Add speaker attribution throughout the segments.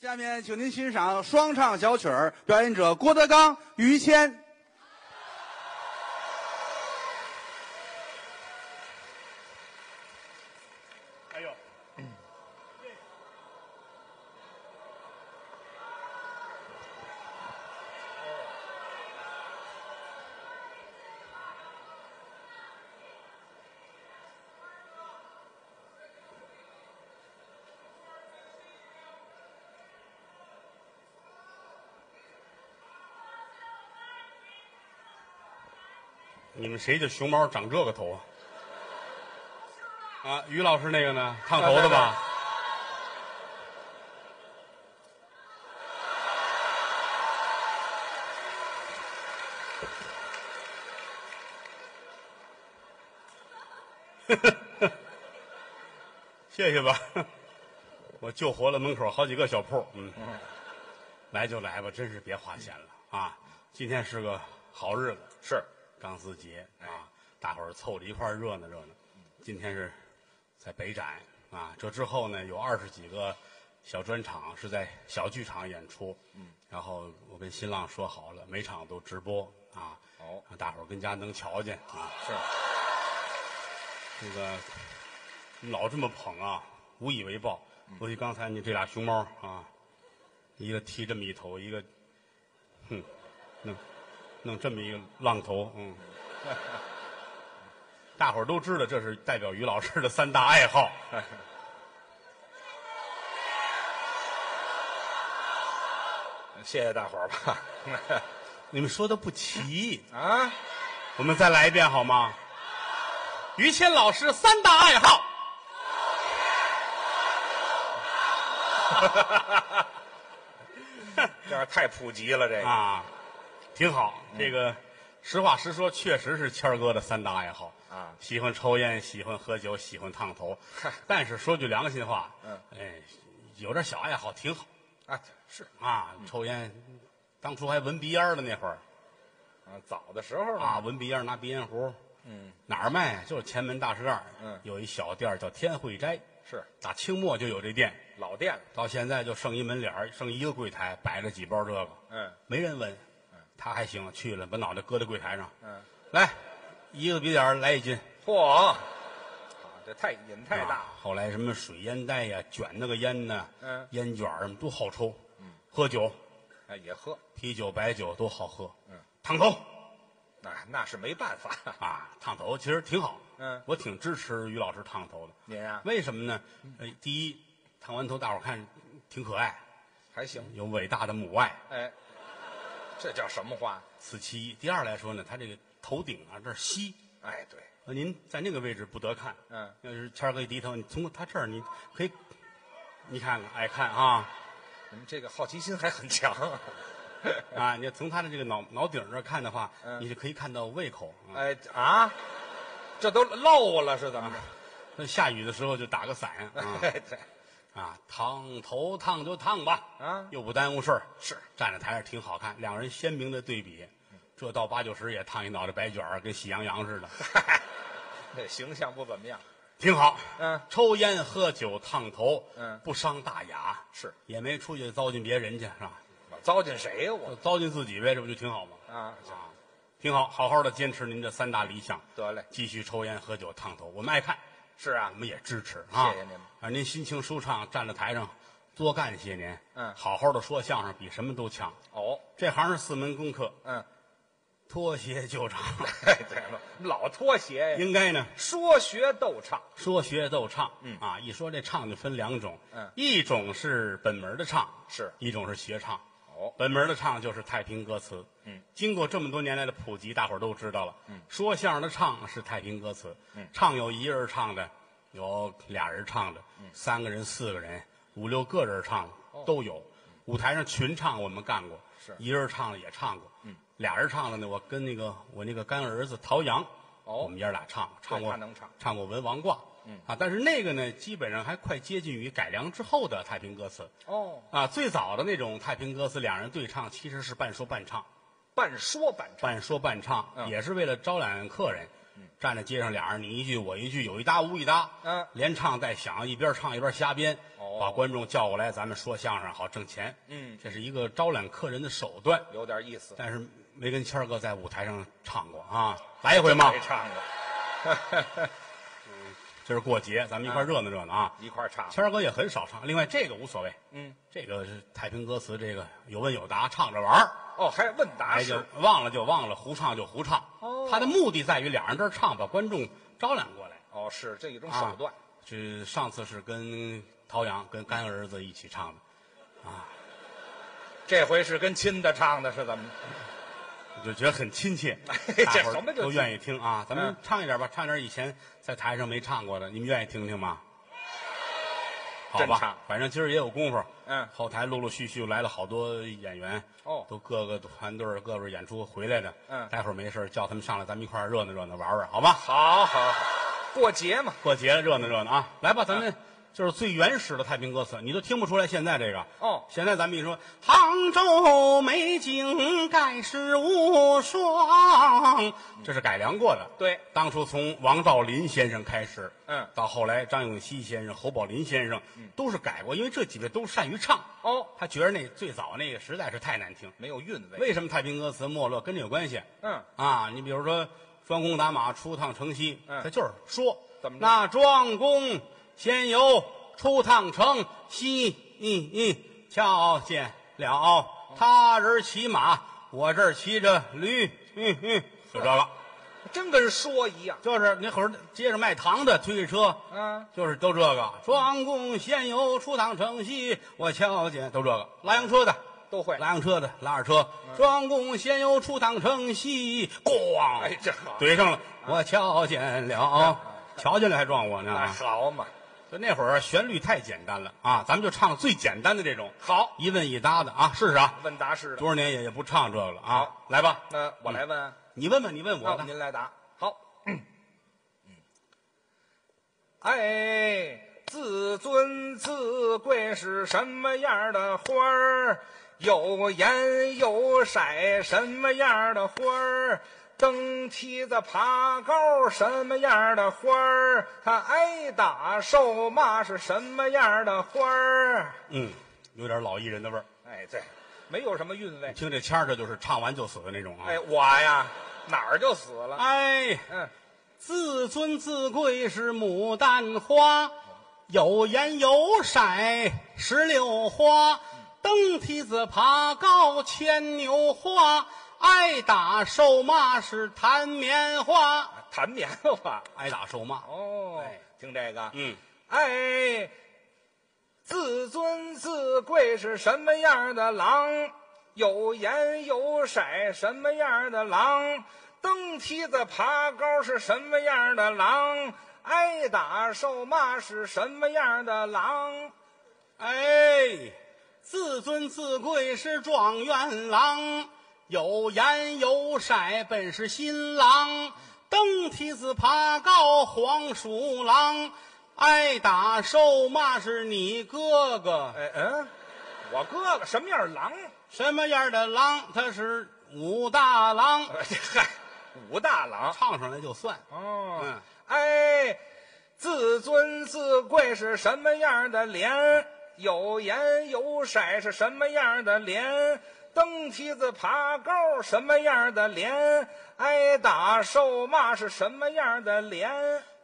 Speaker 1: 下面，请您欣赏双唱小曲儿，表演者郭德纲、于谦。
Speaker 2: 哎呦，你们谁家熊猫长这个头啊？啊，于老师那个呢？烫头的吧？ 谢谢吧， 我救活了门口好几个小铺。嗯，来就来吧，真是别花钱了啊！今天是个好日子，
Speaker 3: 是
Speaker 2: 钢丝节啊，大伙儿凑着一块儿热闹热闹。今天是在北展啊，这之后呢有二十几个小专场是在小剧场演出。嗯，然后我跟新浪说好了，每场都直播啊，
Speaker 3: 哦
Speaker 2: 让大伙儿跟家能瞧见啊。
Speaker 3: 是，
Speaker 2: 这个你老这么捧啊，无以为报。
Speaker 3: 嗯
Speaker 2: 尤其刚才你这俩熊猫啊，一个剃这么一头，一个，哼，弄弄这么一个浪头，嗯， 大伙儿都知道这是代表于老师的三大爱好。
Speaker 3: 谢谢大伙儿吧。
Speaker 2: 你们说的不齐，
Speaker 3: 啊，
Speaker 2: 我们再来一遍好吗？于谦老师三大爱好，
Speaker 3: 这样太普及了，这个、
Speaker 2: 啊，挺好。
Speaker 3: 嗯
Speaker 2: 这个实话实说，确实是谦儿哥的三大爱好
Speaker 3: 啊
Speaker 2: 喜欢抽烟，喜欢喝酒，喜欢烫头。但是说句良心话，
Speaker 3: 嗯，
Speaker 2: 哎，有点小爱好挺好
Speaker 3: 啊是
Speaker 2: 啊。抽烟，当初还闻鼻烟儿的那会儿
Speaker 3: 啊，早的时候嘛，
Speaker 2: 啊，闻鼻烟儿拿鼻烟壶，
Speaker 3: 嗯，
Speaker 2: 哪儿卖啊？就是前门大石栏儿，
Speaker 3: 嗯
Speaker 2: 有一小店儿叫天惠斋，
Speaker 3: 是
Speaker 2: 打清末就有这店，
Speaker 3: 老店了，
Speaker 2: 到现在就剩一门脸儿，剩一个柜台，摆着几包这个，
Speaker 3: 嗯
Speaker 2: 没人闻。他还行，去了把脑袋搁在柜台上，
Speaker 3: 嗯，
Speaker 2: 来，一个鼻点儿来一斤，
Speaker 3: 嚯，啊，这太瘾太大
Speaker 2: 啊
Speaker 3: 了，
Speaker 2: 后来什么水烟袋呀、卷那个烟呢，
Speaker 3: 嗯
Speaker 2: 烟卷儿什么都好抽。喝酒，
Speaker 3: 哎也喝，
Speaker 2: 啤酒、白酒都好喝。
Speaker 3: 嗯，
Speaker 2: 烫头
Speaker 3: 那、那是没办法。
Speaker 2: 啊，烫头其实挺好。
Speaker 3: 嗯
Speaker 2: 我挺支持于老师烫头的。
Speaker 3: 您啊，
Speaker 2: 为什么呢？哎，第一，烫完头大伙儿看挺可爱，
Speaker 3: 还行，
Speaker 2: 有伟大的母爱，
Speaker 3: 哎， 这叫什么话？
Speaker 2: 此其一。第二来说呢，他这个头顶啊这儿稀，
Speaker 3: 哎，对，
Speaker 2: 呃您在那个位置不得看。
Speaker 3: 嗯，
Speaker 2: 要是谦儿哥一低头，你从他这儿你可以，你看看爱看啊
Speaker 3: 你们这个好奇心还很强。
Speaker 2: 啊！你从他的这个脑脑顶这儿看的话，
Speaker 3: 嗯
Speaker 2: 你就可以看到胃口。啊
Speaker 3: 哎啊，这都漏了是怎么着？
Speaker 2: 那下雨的时候就打个伞啊
Speaker 3: 哎，对，
Speaker 2: 啊，烫头烫就烫吧
Speaker 3: 啊
Speaker 2: 又不耽误事儿。
Speaker 3: 是
Speaker 2: 站在台上挺好看，两人鲜明的对比。这到八九十也烫一脑袋白卷儿，跟喜羊羊似的，
Speaker 3: 这形象不怎么样。
Speaker 2: 挺好。
Speaker 3: 嗯
Speaker 2: 抽烟喝酒烫头，
Speaker 3: 嗯
Speaker 2: 不伤大雅，
Speaker 3: 是
Speaker 2: 也没出去糟践别人去，是吧？
Speaker 3: 我糟践谁呀、 我
Speaker 2: 糟践自己呗，这不就挺好吗？
Speaker 3: 啊，
Speaker 2: 啊，挺好，好好的坚持您这三大理想，
Speaker 3: 得嘞，
Speaker 2: 继续抽烟、喝酒、烫头，我们爱看，
Speaker 3: 是啊
Speaker 2: 我，们也支持啊。
Speaker 3: 谢谢您
Speaker 2: 啊，您心情舒畅，站在台上多干些年，
Speaker 3: 嗯
Speaker 2: 好好的说相声比什么都强。
Speaker 3: 哦，
Speaker 2: 这行是四门功课，
Speaker 3: 嗯，
Speaker 2: 脱鞋就唱，
Speaker 3: 哎，对了，老脱鞋呀，
Speaker 2: 应该呢
Speaker 3: 说学逗唱，
Speaker 2: 说学逗唱。
Speaker 3: 嗯
Speaker 2: 啊，一说这唱就分两种，
Speaker 3: 嗯
Speaker 2: 一种是本门的唱，
Speaker 3: 是
Speaker 2: 一种是学唱。
Speaker 3: 哦，
Speaker 2: 本门的唱就是太平歌词。
Speaker 3: 嗯，
Speaker 2: 经过这么多年来的普及，大伙儿都知道了。
Speaker 3: 嗯，
Speaker 2: 说相声的唱是太平歌词。
Speaker 3: 嗯
Speaker 2: 唱有一人唱的，有俩人唱的，
Speaker 3: 嗯
Speaker 2: 三个人、四个人、五六个人唱的、都有。舞台上群唱我们干过，
Speaker 3: 哦是
Speaker 2: 一人唱的也唱过。嗯，俩人唱的呢，我跟那个我那个干儿子陶阳，
Speaker 3: 哦
Speaker 2: 我们爷儿俩唱，唱过
Speaker 3: 他能唱，
Speaker 2: 过文王卦。嗯啊，但是那个呢，基本上还快接近于改良之后的太平歌词。
Speaker 3: 哦，
Speaker 2: 啊，最早的那种太平歌词，两人对唱其实是半说半唱，
Speaker 3: 半说半唱，
Speaker 2: 半说半唱、
Speaker 3: 嗯
Speaker 2: 也是为了招揽客人。站在街上，俩人你一句我一句，有一搭无一搭，
Speaker 3: 嗯
Speaker 2: 连唱带响，一边唱一边瞎编，
Speaker 3: 哦
Speaker 2: 把观众叫过来，咱们说相声好挣钱。
Speaker 3: 嗯
Speaker 2: 这是一个招揽客人的手段，
Speaker 3: 有点意 思，
Speaker 2: 但是没跟谦儿哥在舞台上唱过啊，来一回嘛
Speaker 3: 没。唱过，
Speaker 2: 今儿过节，咱们一块儿热闹热闹啊。
Speaker 3: 一块儿唱。
Speaker 2: 谦儿哥也很少唱，另外这个无所谓，
Speaker 3: 嗯，
Speaker 2: 这个是太平歌词，这个有问有答，唱着玩儿。
Speaker 3: 哦，还问答
Speaker 2: 哎，就
Speaker 3: 式，
Speaker 2: 忘了就忘了，胡唱就胡唱。
Speaker 3: 哦
Speaker 2: 他的目的在于俩人这儿唱，把观众招揽过来。
Speaker 3: 哦，是这一种手段。
Speaker 2: 这上次是跟陶阳、跟干儿子一起唱的，
Speaker 3: 这回是跟亲的唱的，是怎么着？
Speaker 2: 我就觉得很亲切，
Speaker 3: 哎
Speaker 2: 大伙
Speaker 3: 这什么
Speaker 2: 儿
Speaker 3: 就
Speaker 2: 都愿意听啊。咱们
Speaker 3: 嗯
Speaker 2: 唱一点吧，唱点以前在台上没唱过的，你们愿意听听吗？好
Speaker 3: 真
Speaker 2: 吧
Speaker 3: 唱，
Speaker 2: 反正今儿也有功夫。
Speaker 3: 嗯
Speaker 2: 后台陆陆续续来了好多演员，
Speaker 3: 哦
Speaker 2: 都各个团队儿各个演出回来的。
Speaker 3: 嗯
Speaker 2: 待会儿没事儿叫他们上来，咱们一块儿热闹热闹玩玩，好吗？
Speaker 3: 好好好，过节嘛，
Speaker 2: 过节了，热闹热闹啊！来吧，咱们就是最原始的太平歌词，你都听不出来现在这个。
Speaker 3: 哦
Speaker 2: 现在咱们一说，杭州美景盖世无双，这是改良过的。
Speaker 3: 对，
Speaker 2: 当初从王兆林先生开始，
Speaker 3: 嗯
Speaker 2: 到后来张永熙先生、侯宝林先生，都是改过，因为这几位都善于唱。
Speaker 3: 哦
Speaker 2: 他觉得那最早那个实在是太难听。
Speaker 3: 没有韵味。
Speaker 2: 为什么太平歌词没落？跟这有关系。
Speaker 3: 嗯，
Speaker 2: 啊，你比如说庄公打马出趟城西，
Speaker 3: 嗯
Speaker 2: 他就是说
Speaker 3: 怎么着
Speaker 2: 那庄公先由出趟城西，嗯嗯，瞧见
Speaker 3: 哦
Speaker 2: 了他人骑马，我这儿骑着驴，嗯嗯，就这个，
Speaker 3: 真跟说一样。
Speaker 2: 就是那会儿街上卖糖的推着车。
Speaker 3: 嗯，
Speaker 2: 就是都这个，庄公先由出趟城西，我瞧见都这个拉洋车的，
Speaker 3: 都会。
Speaker 2: 拉洋车的拉着车，
Speaker 3: 嗯
Speaker 2: 庄公先由出趟城西，咣，
Speaker 3: 哎，这好，
Speaker 2: 怼上了，我瞧见了，瞧见了还撞我
Speaker 3: 那
Speaker 2: 呢。
Speaker 3: 好嘛，
Speaker 2: 就那会儿旋律太简单了啊，咱们就唱最简单的这种，
Speaker 3: 好，
Speaker 2: 一问一答的啊，试试啊。
Speaker 3: 问答式的。
Speaker 2: 多少年也也不唱这个了啊
Speaker 3: 好，
Speaker 2: 来吧，
Speaker 3: 那我来问啊，
Speaker 2: 你问问你问我
Speaker 3: 那
Speaker 2: 吧，
Speaker 3: 您来答。好，嗯，哎，自尊自贵是什么样的花儿？有颜有色什么样的花儿？登梯子爬高什么样的花儿？他挨打受骂是什么样的花儿？
Speaker 2: 嗯，有点老艺人的味儿。
Speaker 3: 哎，对，没有什么韵味。
Speaker 2: 听这腔儿，这就是唱完就死的那种啊
Speaker 3: 哎，。我呀，哪儿就死了？
Speaker 2: 哎，
Speaker 3: 嗯，
Speaker 2: 自尊自贵是牡丹花，有颜有色石榴花，登梯子爬高牵牛花，挨打受骂是弹棉花。
Speaker 3: 弹棉花。
Speaker 2: 挨打受骂，
Speaker 3: 哦
Speaker 2: 哎，
Speaker 3: 听这个，
Speaker 2: 嗯，
Speaker 3: 哎，自尊自贵是什么样的狼？有颜有色什么样的狼？登梯子爬高是什么样的狼？挨打受骂是什么样的狼？
Speaker 2: 哎，自尊自贵是状元郎，有颜有色本是新郎，登梯子爬高黄鼠狼，挨打受骂是你哥哥。
Speaker 3: 哎嗯，我哥哥什么样狼？
Speaker 2: 什么样的狼？他是武大郎，
Speaker 3: 哎 嗨，武大郎。
Speaker 2: 唱上来就算。
Speaker 3: 哦，
Speaker 2: 嗯
Speaker 3: 哎，自尊自贵是什么样的脸？有颜有色是什么样的脸？登梯子爬高什么样的脸？挨打受骂是什么样的脸？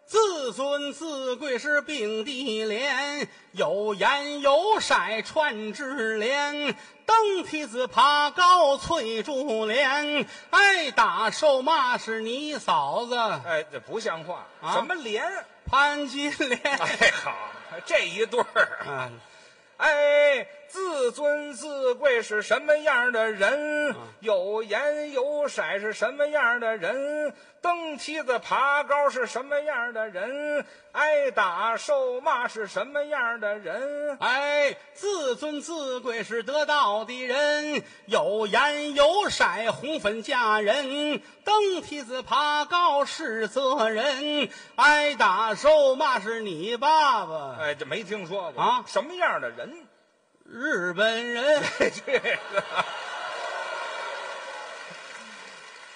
Speaker 2: 自尊自贵是并蒂莲，有颜有色串枝莲，登梯子爬高翠竹帘，挨打受骂是你嫂子
Speaker 3: 哎，这不像话！
Speaker 2: 啊
Speaker 3: 什么莲？
Speaker 2: 潘金 莲。
Speaker 3: 哎，好，这一对儿。
Speaker 2: 啊，
Speaker 3: 哎，自尊自贵是什么样的人？有颜有色是什么样的人？登梯子爬高是什么样的人？挨打受骂是什么样的人？
Speaker 2: 哎，自尊自贵是得道的人，有颜有色，红粉佳人，登梯子爬高是责人，挨打受骂是你爸爸。
Speaker 3: 哎，这没听说过
Speaker 2: 啊
Speaker 3: 什么样的人？
Speaker 2: 日本人，
Speaker 3: 这个。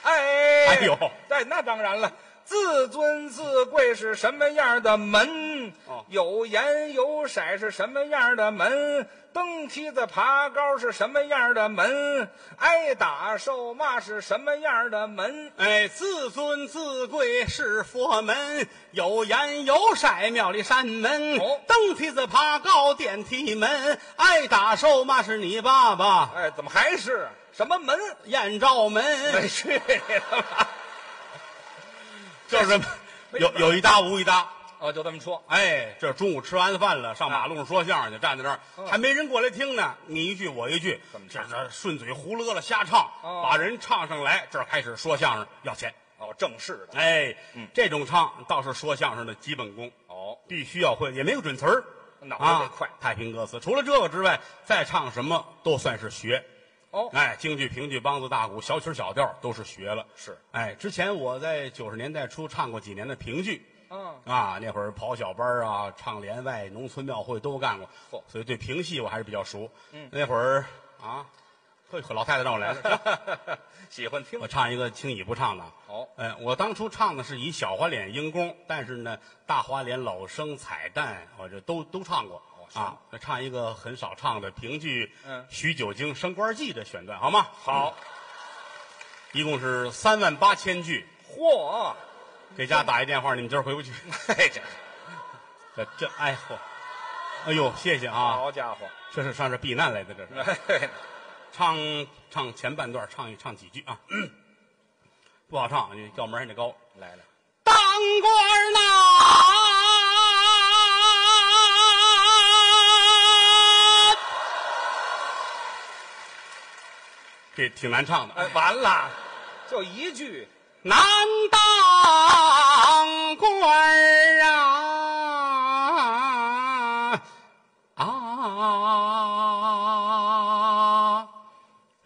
Speaker 3: 哎，
Speaker 2: 哎呦
Speaker 3: 哎对，那当然了。自尊自贵是什么样的门？门，
Speaker 2: 哦
Speaker 3: 有盐有色是什么样的门？蹬梯子爬高是什么样的门？挨打受骂是什么样的门？
Speaker 2: 哎，自尊自贵是佛门，有颜有色庙里山门。
Speaker 3: 哦
Speaker 2: 登梯子爬高电梯门，挨打受骂是你爸爸。
Speaker 3: 哎，怎么还是啊什么门？
Speaker 2: 艳照门，
Speaker 3: 哎，去你的吧！
Speaker 2: 就是有有一搭无一搭。
Speaker 3: 哦，就这么说。
Speaker 2: 哎，这中午吃完饭了，上马路上说相声去，站在那儿还没人过来听呢，你一句我一句，
Speaker 3: 怎么
Speaker 2: 这
Speaker 3: 唱
Speaker 2: 这顺嘴胡乐了瞎唱，
Speaker 3: 哦
Speaker 2: 把人唱上来，这儿开始说相声要钱。
Speaker 3: 哦，正式的。
Speaker 2: 哎，这种唱倒是说相声的基本功，
Speaker 3: 哦，
Speaker 2: 必须要会，也没有准词儿，
Speaker 3: 脑子得
Speaker 2: 啊
Speaker 3: 快
Speaker 2: 太平歌词，除了这个之外，再唱什么都算是学。
Speaker 3: 哦，
Speaker 2: 哎，京剧、评剧、梆子、大鼓、小曲儿、小调儿都是学了。
Speaker 3: 是，
Speaker 2: 哎，之前我在九十年代初唱过几年的评剧，
Speaker 3: 嗯，
Speaker 2: 啊，那会儿跑小班儿啊，唱联外、农村庙会都干过
Speaker 3: 嚯，
Speaker 2: 所以对评戏我还是比较熟。嗯，那会儿啊，呵，老太太让我来了，
Speaker 3: 喜欢听
Speaker 2: 我。唱一个轻易不唱的。
Speaker 3: 哦
Speaker 2: 哎，我当初唱的是以小花脸鹰弓，但是呢，大花脸老生彩蛋，我这都都唱过。啊，那唱一个很少唱的评剧，
Speaker 3: 哦嗯
Speaker 2: 许九经《升官记》的选段，好吗？嗯
Speaker 3: 好，
Speaker 2: 一共是三万八千句，
Speaker 3: 嚯，
Speaker 2: 给家打一电话，你们今儿回不去。
Speaker 3: 嘿，这
Speaker 2: 这这，哎嚯，哎呦，谢谢啊，
Speaker 3: 好家伙，
Speaker 2: 这是上这避难来的，这是。
Speaker 3: 哎
Speaker 2: 唱唱前半段，唱一唱几句啊， 不好唱，调门还得高。
Speaker 3: 来了，
Speaker 2: 当官呐，这挺难唱的。
Speaker 3: 哎，完了，就一句，
Speaker 2: 难啊当官啊！啊，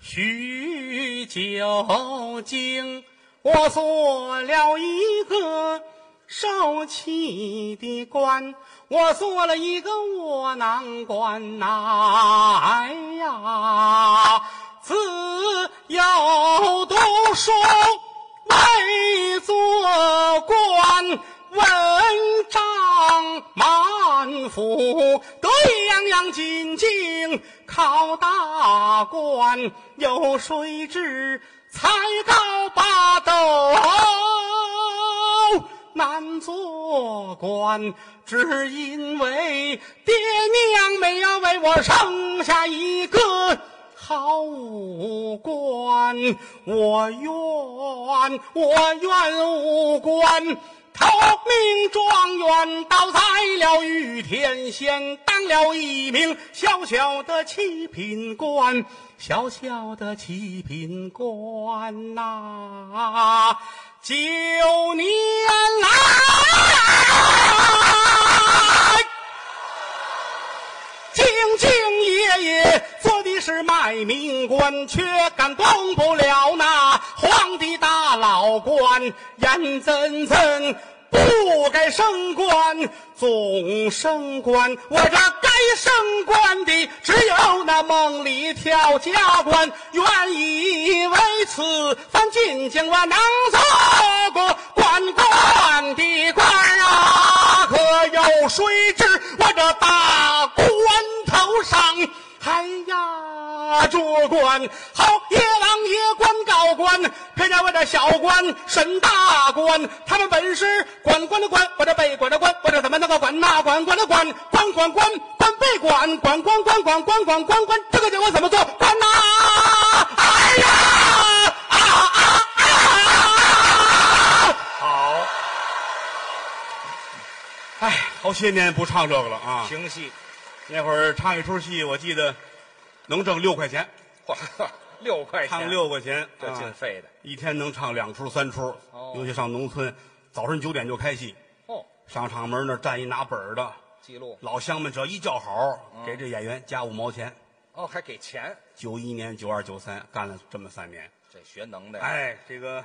Speaker 2: 许久经，我做了一个受气的官，我做了一个窝囊官呐、哎呀，自幼读书没做官。文章满腹，得意洋洋进京考大官，有谁知才高八斗难做官，只因为爹娘没有为我生下一个。好武官，我愿，我愿武官。投名状元，倒在了御天县，当了一名小小的七品官，小小的七品官呐、九年来。兢兢业业做的是卖命官，却感动不了那皇帝大老官，眼睁睁不该升官，总升官。我这该升官的只有那梦里挑家官，愿以为此番进京我能做过官官的官啊，可有谁知我这大官头上还压着官，好爷郎爷官高官，偏让我这小官审大官，他们本是管官的官，我这被管的官，我这怎么能够管那管管的管，管管管管被管，管管管管管管管管，这个叫我怎么做官呐、哎呀！啊啊啊！
Speaker 3: 好，
Speaker 2: 哎，好些年不唱这个了啊！
Speaker 3: 评戏，
Speaker 2: 那会儿唱一出戏，我记得能挣六块钱，
Speaker 3: 嚯，六块钱，
Speaker 2: 唱六块钱，
Speaker 3: 这
Speaker 2: 啊
Speaker 3: 进费的。
Speaker 2: 一天能唱两出三出。
Speaker 3: 哦
Speaker 2: 尤其上农村，早晨九点就开戏，
Speaker 3: 哦，
Speaker 2: 上场门那儿站一拿本儿的，
Speaker 3: 记录，
Speaker 2: 老乡们只要一叫
Speaker 3: 嗯
Speaker 2: 好，给这演员加五毛钱。
Speaker 3: 哦，还给钱，
Speaker 2: 九一年、九二、九三干了这么三年，
Speaker 3: 这学能耐。，
Speaker 2: 哎，这个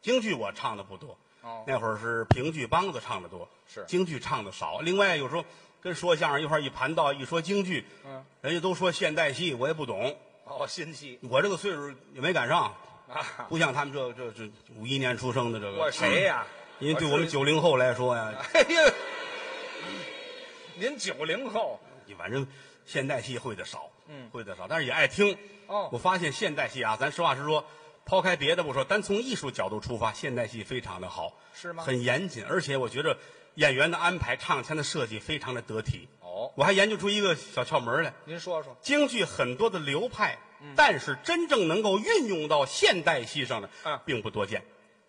Speaker 2: 京剧我唱的不多，
Speaker 3: 哦
Speaker 2: 那会儿是评剧、梆子唱的多，
Speaker 3: 是
Speaker 2: 京剧唱的少。另外有时候跟说相声一块儿一盘道，一说京剧，
Speaker 3: 嗯，
Speaker 2: 人家都说现代戏，我也不懂，
Speaker 3: 哦，新戏
Speaker 2: 我这个岁数也没赶上，
Speaker 3: 啊，
Speaker 2: 不像他们这这这五一年出生的这个，嗯
Speaker 3: 我谁呀？
Speaker 2: 因为对
Speaker 3: 是
Speaker 2: 我们九零后来说呀，
Speaker 3: 哎呀， 您九零后，
Speaker 2: 你反正现代戏会的少，嗯，会的少，但是也爱听。
Speaker 3: 哦
Speaker 2: 我发现现代戏啊，咱实话实说，抛开别的不说，单从艺术角度出发，现代戏非常的好，
Speaker 3: 是吗
Speaker 2: 很严谨，而且我觉着演员的安排、唱腔的设计非常的得体。
Speaker 3: 哦，
Speaker 2: 我还研究出一个小窍门来，
Speaker 3: 您说说，
Speaker 2: 京剧很多的流派，
Speaker 3: 嗯
Speaker 2: 但是真正能够运用到现代戏上的，
Speaker 3: 嗯
Speaker 2: 并不多见。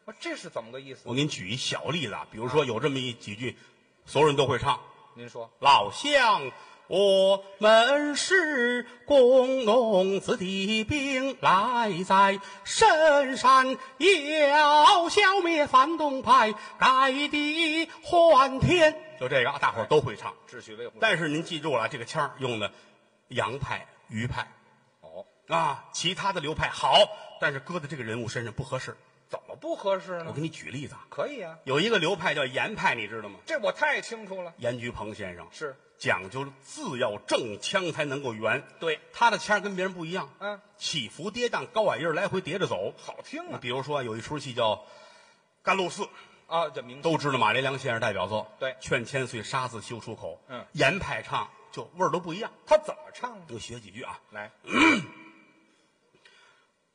Speaker 3: 我这是怎么个意思
Speaker 2: 我？给你举一小例子啊，比如说有这么一几句，所有人都会唱。
Speaker 3: 您说，
Speaker 2: 老乡，我们是工农子弟兵，来在深山要消灭反动派，改地换天。就这个啊，大伙儿都会唱。
Speaker 3: 秩序维护。
Speaker 2: 但是您记住了，这个腔儿用的洋派、余派
Speaker 3: 哦，
Speaker 2: 啊，其他的流派好，但是搁在这个人物身上不合适。
Speaker 3: 怎么不合适
Speaker 2: 我
Speaker 3: 呢？
Speaker 2: 给你举例子啊，
Speaker 3: 可以啊，
Speaker 2: 有一个流派叫严派，你知道吗？
Speaker 3: 这我太清楚了。
Speaker 2: 严菊鹏先生
Speaker 3: 是
Speaker 2: 讲究字要正，腔才能够圆。
Speaker 3: 对，
Speaker 2: 他的腔儿跟别人不一样，
Speaker 3: 嗯，
Speaker 2: 起伏跌宕，高矮音儿来回叠着走，
Speaker 3: 好听
Speaker 2: 那
Speaker 3: 啊
Speaker 2: 比如说有一出戏叫《甘露寺》，
Speaker 3: 啊，这名
Speaker 2: 都知道马连良先生代表作，
Speaker 3: 对
Speaker 2: 劝千岁杀字休出口，
Speaker 3: 嗯
Speaker 2: 严派唱就味儿都不一样。
Speaker 3: 他怎么唱的？
Speaker 2: 我学几句啊，
Speaker 3: 来，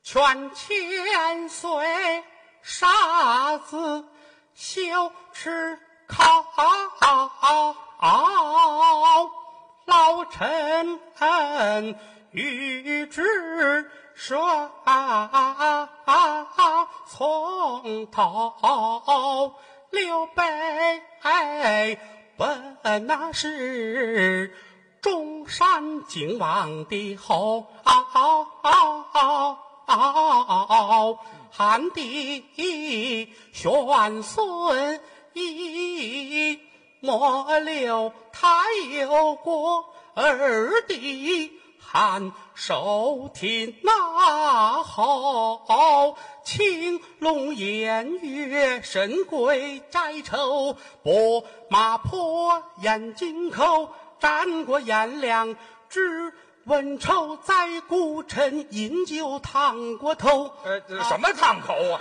Speaker 2: 劝千岁杀字休吃口，老臣与之说从头刘备本那是。中山靖王的后，汉帝玄孙一，莫留太有国儿的汉寿亭那后，青龙偃月神龟摘愁，拨马坡眼睛口，沾过颜良知温臭，在古城饮酒烫过头。
Speaker 3: 呃，这什么烫口啊？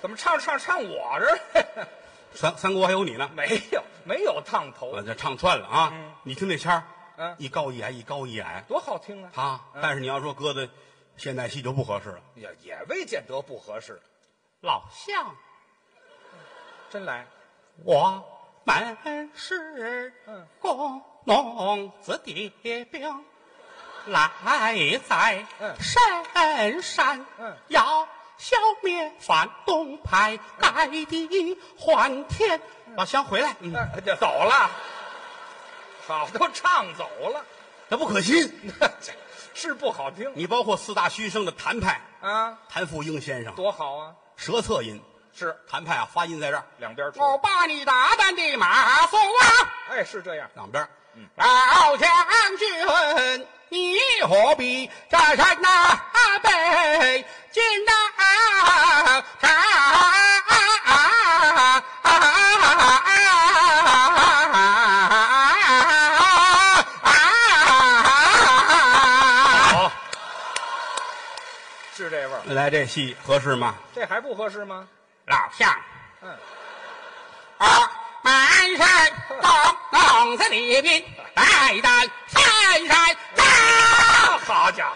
Speaker 3: 怎么唱唱唱我这儿？
Speaker 2: 三三国还有你呢，
Speaker 3: 没有，没有烫头
Speaker 2: 我，这唱串了啊！你听这腔儿，
Speaker 3: 嗯
Speaker 2: 一高一矮，一高一矮，
Speaker 3: 多好听啊！
Speaker 2: 啊！但是你要说搁在现代戏就不合适了。
Speaker 3: 也也未见得不合适，
Speaker 2: 老乡，
Speaker 3: 真来。
Speaker 2: 我们是
Speaker 3: 嗯
Speaker 2: 工农子弟兵，来在
Speaker 3: 嗯
Speaker 2: 深山
Speaker 3: 嗯
Speaker 2: 要消灭反动派，改地还天。老乡回来，嗯，
Speaker 3: 哎，这走了，好，都唱走了，
Speaker 2: 这不可信。
Speaker 3: 这是不好听
Speaker 2: 你包括四大须生的谭派，
Speaker 3: 啊，
Speaker 2: 谭富英先生，
Speaker 3: 多好啊！
Speaker 2: 舌侧音，
Speaker 3: 是
Speaker 2: 谭派啊，发音在这儿。
Speaker 3: 两边出，
Speaker 2: 我把你打扮的马蜂啊！
Speaker 3: 哎，是这样，
Speaker 2: 两边儿，啊老将军，你何必站山那北京那好，
Speaker 3: 是这味儿，
Speaker 2: 来这戏合适吗？
Speaker 3: 这还不合适吗？
Speaker 2: 老相。
Speaker 3: 嗯，
Speaker 2: 啊，满山东笼子里边，来到山山
Speaker 3: 啊，
Speaker 2: 高，
Speaker 3: 好家伙，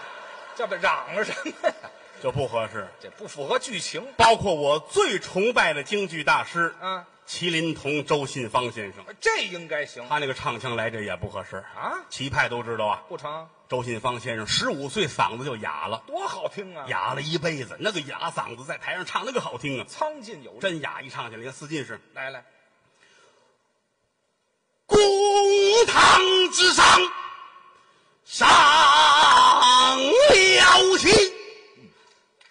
Speaker 3: 这不嚷什么呀？
Speaker 2: 这不合适。
Speaker 3: 这不符合剧情
Speaker 2: 包括我最崇拜的京剧大师，
Speaker 4: 嗯
Speaker 3: 啊，
Speaker 2: 麒麟童周信芳先生，
Speaker 3: 这应该行
Speaker 2: 他那个唱腔来这也不合适
Speaker 3: 啊
Speaker 2: 棋派都知道啊，
Speaker 3: 不成？
Speaker 2: 周信芳先生十五岁嗓子就哑了，
Speaker 3: 多好听啊！
Speaker 2: 哑了一辈子，那个哑嗓子在台上唱那个好听啊，
Speaker 3: 苍劲有力，
Speaker 2: 真哑，一唱起来连四进士。
Speaker 3: 来来，
Speaker 2: 公堂之上上了棋，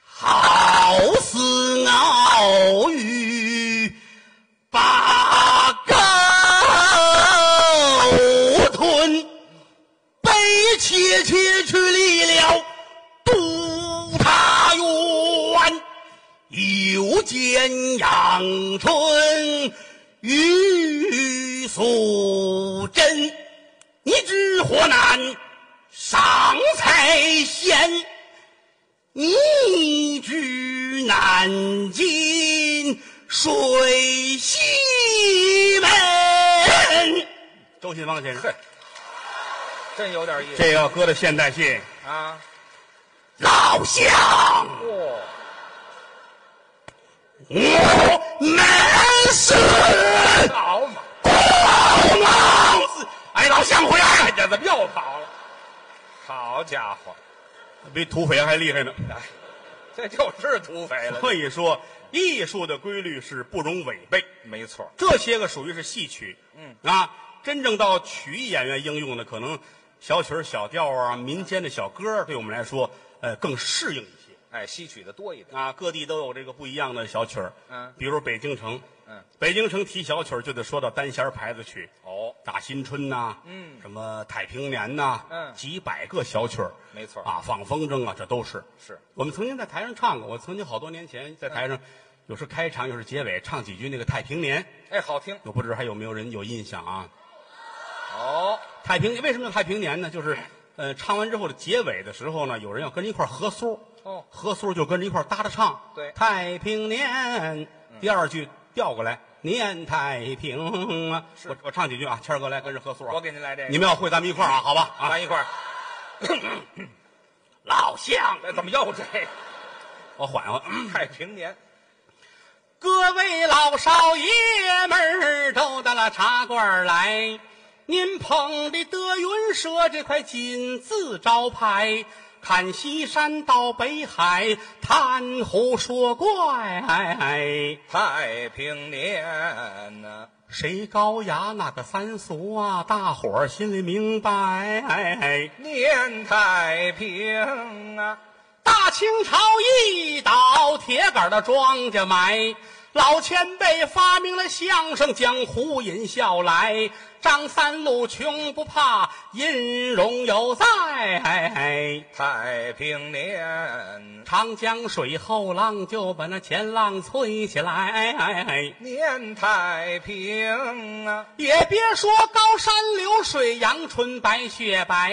Speaker 2: 好似鳌鱼把狗吞，悲切切去离了杜他园。又见阳春雨素贞，你知河南上蔡县，你知南京水西门。周信芳先生
Speaker 3: 嘿。真有点意思
Speaker 2: 这要搁到现代戏，
Speaker 3: 啊！
Speaker 2: 老乡，
Speaker 3: 哦，
Speaker 2: 我难死
Speaker 3: 好嘛，
Speaker 2: 老子！哎，老乡回来！
Speaker 3: 这怎么又跑了？好家伙，
Speaker 2: 比土匪还厉害呢。
Speaker 3: 哎，这就是土匪了，
Speaker 2: 所以说，艺术的规律是不容违背。
Speaker 3: 没错。
Speaker 2: 这些个属于是戏曲，嗯啊，真正到曲艺演员应用的，可能小曲儿、小调儿啊，民间的小歌儿，对我们来说，呃，更适应一些
Speaker 3: 哎，吸取的多一点，
Speaker 2: 啊。各地都有这个不一样的小曲儿，
Speaker 3: 嗯
Speaker 2: 比如北京城，
Speaker 3: 嗯，
Speaker 2: 北京城提小曲儿就得说到单弦儿牌子曲，
Speaker 3: 哦，
Speaker 2: 大新春呐、
Speaker 3: 嗯
Speaker 2: 什么太平年呐、
Speaker 3: 嗯
Speaker 2: 几百个小曲儿，
Speaker 3: 没错
Speaker 2: 啊，放风筝啊，这都是
Speaker 3: 是。嗯
Speaker 2: 我们曾经在台上唱过，我曾经好多年前在台上，有时开场，有时结尾，唱几句那个太平年，
Speaker 3: 哎，好听
Speaker 2: 我不知道还有没有人有印象啊？
Speaker 3: 哦，
Speaker 2: 太平为什么叫太平年呢？就是呃，唱完之后的结尾的时候呢，有人要跟着一块儿合苏，
Speaker 3: 哦
Speaker 2: 合苏就跟着一块儿搭着唱，
Speaker 3: 对嗯
Speaker 2: 太平年，第二句调过来，年太平啊，
Speaker 3: 是
Speaker 2: 我我唱几句啊，谦儿哥来跟着合苏啊，
Speaker 3: 我给您来这个，
Speaker 2: 你们要会，咱们一块儿啊，好吧？啊，
Speaker 3: 咱一块儿，
Speaker 2: 老乡，
Speaker 3: 哎，怎么又这个？
Speaker 2: 我缓缓。嗯
Speaker 3: 太平年，
Speaker 2: 各位老少爷们儿都到了茶馆儿来，您捧的德云社这块金字招牌，看西山到北海，谈胡说哎怪。
Speaker 3: 太平年啊呐、
Speaker 2: 谁高雅哪个三俗啊？大伙儿心里明白。哎
Speaker 3: 年太平啊，
Speaker 2: 大清朝一倒，铁杆的庄稼埋。老前辈发明了相声，江湖引笑来。张三路穷不怕，音容犹在。
Speaker 3: 太平年，
Speaker 2: 长江水后浪就把那前浪催起来。
Speaker 3: 年太平啊，
Speaker 2: 也别说高山流水、阳春白雪白，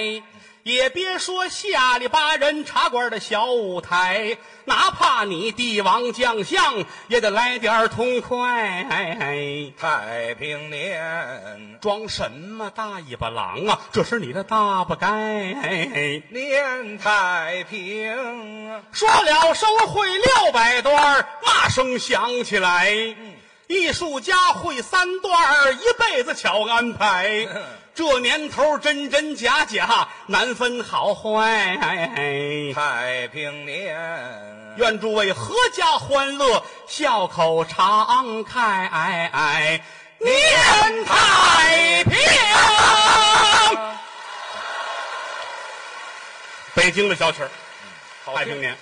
Speaker 2: 也别说下里巴人茶馆的小舞台，哪怕你帝王将相，也得来点儿痛快。
Speaker 3: 太平年，
Speaker 2: 装什么大尾巴狼啊？这是你的大不该。
Speaker 3: 年太平啊，
Speaker 2: 说了收会六百段儿，骂声响起来。艺术家会三段儿，一辈子巧安 排。这年头真真假假，难分好坏。
Speaker 3: 太平年啊，
Speaker 2: 愿诸位阖家欢乐，笑口常开。哎年太平。 北京的小曲儿，
Speaker 3: 好
Speaker 2: 太平年。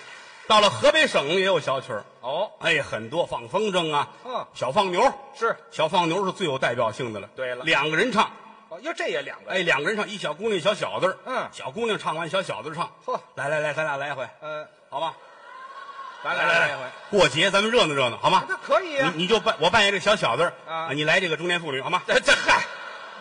Speaker 2: 到了河北省也有小曲儿，
Speaker 3: 哦，
Speaker 2: 哎，很多放风筝啊，
Speaker 3: 嗯
Speaker 2: 小放牛，
Speaker 3: 是
Speaker 2: 小放牛是最有代表性的了。
Speaker 3: 对了
Speaker 2: 两个人唱，
Speaker 3: 哦，哟，这也两个，
Speaker 2: 哎，，两个人唱，一小姑娘，一小小子儿，
Speaker 3: 嗯
Speaker 2: 小姑娘唱完，小小子儿唱，
Speaker 3: 呵
Speaker 2: 来来来，咱俩来一回，
Speaker 3: 呃，
Speaker 2: 好吧？
Speaker 3: 咱俩来一回，，
Speaker 2: 过节咱们热闹热闹，好吗？
Speaker 3: 这可以啊
Speaker 2: 你，你就扮我扮演这小小子儿
Speaker 3: 啊
Speaker 2: 你来这个中年妇女，好吗？
Speaker 3: 这这嗨，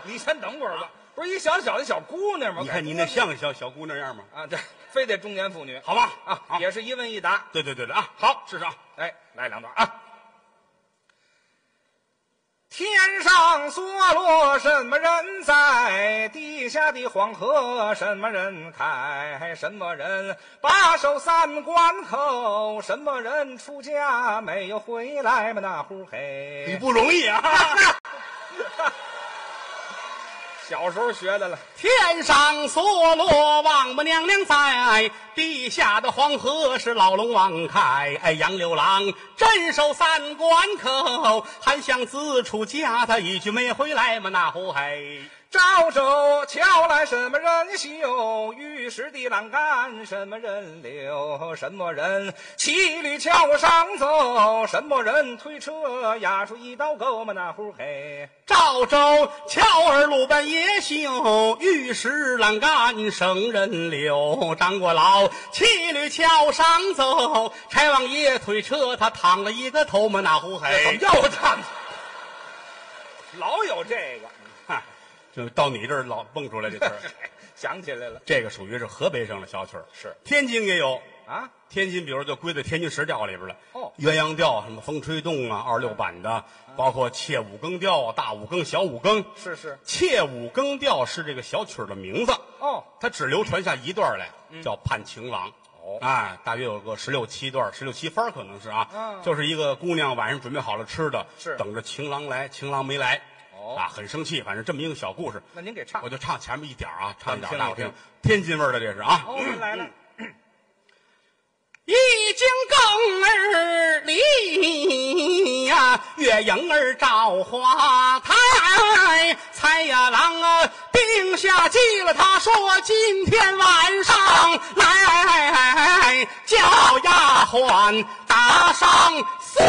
Speaker 3: 你先等会儿吧，不是一小小的小姑娘吗？啊
Speaker 2: 你看你那像个小小姑娘样吗？
Speaker 3: 啊，这非得中年妇女，
Speaker 2: 好吧？
Speaker 3: 啊
Speaker 2: 好，
Speaker 3: 也是一问一答。
Speaker 2: 对对对对啊，好，试试啊。
Speaker 3: 哎，来两段啊。天上梭罗什么人在？地下的黄河什么人开？什么人把守三关口？什么人出家没有回来嘛？那呼
Speaker 2: 你
Speaker 3: 嘿，
Speaker 2: 不容易啊！
Speaker 3: 小时候学的了。
Speaker 2: 天上梭罗王母娘娘在，地下的黄河是老龙王开。哎，杨六郎镇守三关口，韩湘子出家，他一句没回来嘛那呼嘿。
Speaker 3: 赵州桥来什么人修？玉石的栏杆什么人留？什么人骑驴桥上走？什么人推车压出一道沟嘛？那呼嘿，
Speaker 2: 赵州桥儿鲁班也修，玉石栏杆生人流。张果老骑驴桥上走，柴王爷推车他躺了一个头嘛那呼嘿。
Speaker 3: 又唱？老有这个，
Speaker 2: 就到你这儿老蹦出来这词儿。
Speaker 3: 想起来了
Speaker 2: 这个属于是河北省的小曲儿，
Speaker 3: 是
Speaker 2: 天津也有。
Speaker 3: 啊，
Speaker 2: 天津，比如就归在天津十调里边了。
Speaker 3: 哦
Speaker 2: 鸳鸯调什么风吹动啊，二六版的，包括切五更调啊、大五更、小五更。
Speaker 3: 是是
Speaker 2: 切五更调是这个小曲儿的名字，
Speaker 3: 哦，
Speaker 2: 它只流传下一段来，叫《盼情郎》。
Speaker 3: 嗯哦
Speaker 2: 哎，大约有个十六七段，十六七分儿可能是啊，
Speaker 3: 嗯
Speaker 2: 就是一个姑娘晚上准备好了吃的，
Speaker 3: 是
Speaker 2: 等着情郎来，情郎没来，
Speaker 3: 哦
Speaker 2: 啊，很生气，反正这么一个小故事，
Speaker 3: 那您给唱
Speaker 2: 我就唱前面一点儿啊，唱一点儿，
Speaker 3: 听
Speaker 2: 大伙
Speaker 3: 我
Speaker 2: 儿
Speaker 3: 听
Speaker 2: 听，天津味儿的这是啊。
Speaker 3: 哦，来了，
Speaker 2: 一经更儿离呀，月影儿照花台，蔡呀郎啊定下计了，他说今天晚上来叫丫鬟打上四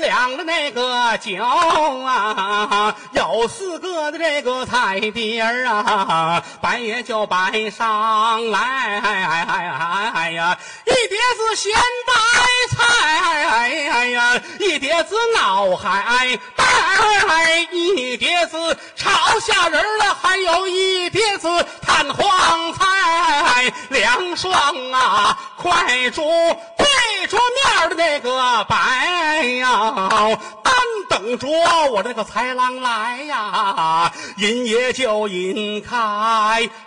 Speaker 2: 两的那个酒啊，有四个的这个菜碟儿啊，摆也就摆上来，哎呀，一碟子咸白菜，哎呀，一碟子脑海带，一碟子炒虾仁儿了，还有一碟子炭黄菜，凉爽啊，快煮对桌面儿的那个白呀、单等着我这个豺狼来呀，饮也就饮开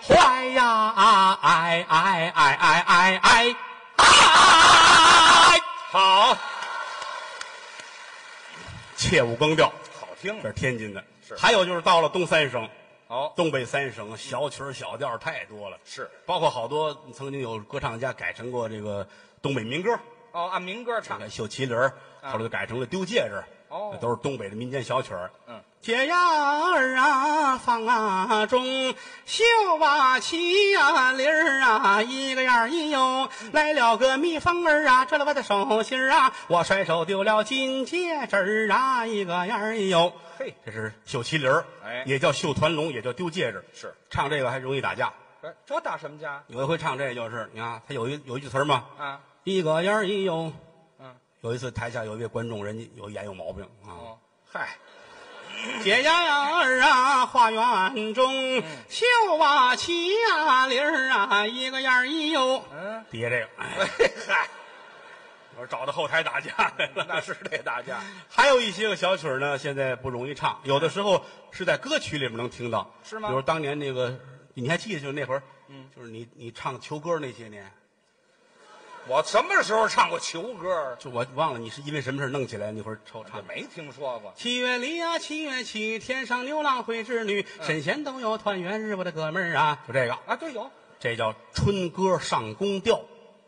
Speaker 2: 怀呀，哎哎哎哎哎哎哎！
Speaker 3: 好，
Speaker 2: 切勿更调，
Speaker 3: 好听
Speaker 2: 这，是天津的。
Speaker 3: 是
Speaker 2: 还有就是到了东三省，
Speaker 3: 好，
Speaker 2: 东北三省小曲儿小调儿太多了，
Speaker 3: 哦是
Speaker 2: 包括好多曾经有歌唱家改成过这个东北民歌，
Speaker 3: 哦，按民歌唱，
Speaker 2: 绣麒麟儿，后来就改成了丢戒指。
Speaker 3: 啊哦
Speaker 2: 那都是东北的民间小曲儿。
Speaker 3: 嗯，
Speaker 2: 解呀儿啊，放啊中，绣啊旗啊铃儿啊，一个样儿一哟。
Speaker 3: 嗯
Speaker 2: 来了个蜜蜂儿啊，折了我的手心儿啊，我甩手丢了金戒指儿啊，一个样儿一哟。
Speaker 3: 嘿，
Speaker 2: 这是绣麒麟儿，
Speaker 3: 哎
Speaker 2: 也叫绣团龙，也叫丢戒指。
Speaker 3: 是
Speaker 2: 唱这个还容易打架。
Speaker 3: 哎这打什么架
Speaker 2: 有一回唱这就是，你看他有一有一句词儿嘛，
Speaker 3: 啊？
Speaker 2: 一个样儿一哟。
Speaker 3: 嗯，
Speaker 2: 有一次台下有一位观众，人家有眼有毛病啊，
Speaker 3: 哦，嗨，
Speaker 2: 解压儿啊，花园
Speaker 3: 嗯
Speaker 2: 中绣啊旗啊铃儿啊，一个样儿一哟。
Speaker 3: 嗯，
Speaker 2: 底下这个，哎
Speaker 3: 嘿嗨，
Speaker 2: 我说找到后台打架来了。
Speaker 3: 那是得打架，
Speaker 2: 还有一些个小曲儿呢，现在不容易唱，有的时候是在歌曲里面能听到，
Speaker 3: 是吗
Speaker 2: 比如当年那个，你还记得就那会儿，嗯，就是你你唱球歌那些年，
Speaker 3: 我什么时候唱过球歌？
Speaker 2: 就我忘了你是因为什么事儿弄起来那会儿抽
Speaker 3: 我
Speaker 2: 唱。
Speaker 3: 没听说过。
Speaker 2: 七月里呀、七月起，天上牛郎会织女，
Speaker 3: 嗯
Speaker 2: 神仙都有团圆日，我的哥们儿啊，就这个，
Speaker 3: 啊，对，有
Speaker 2: 这叫春歌上宫调，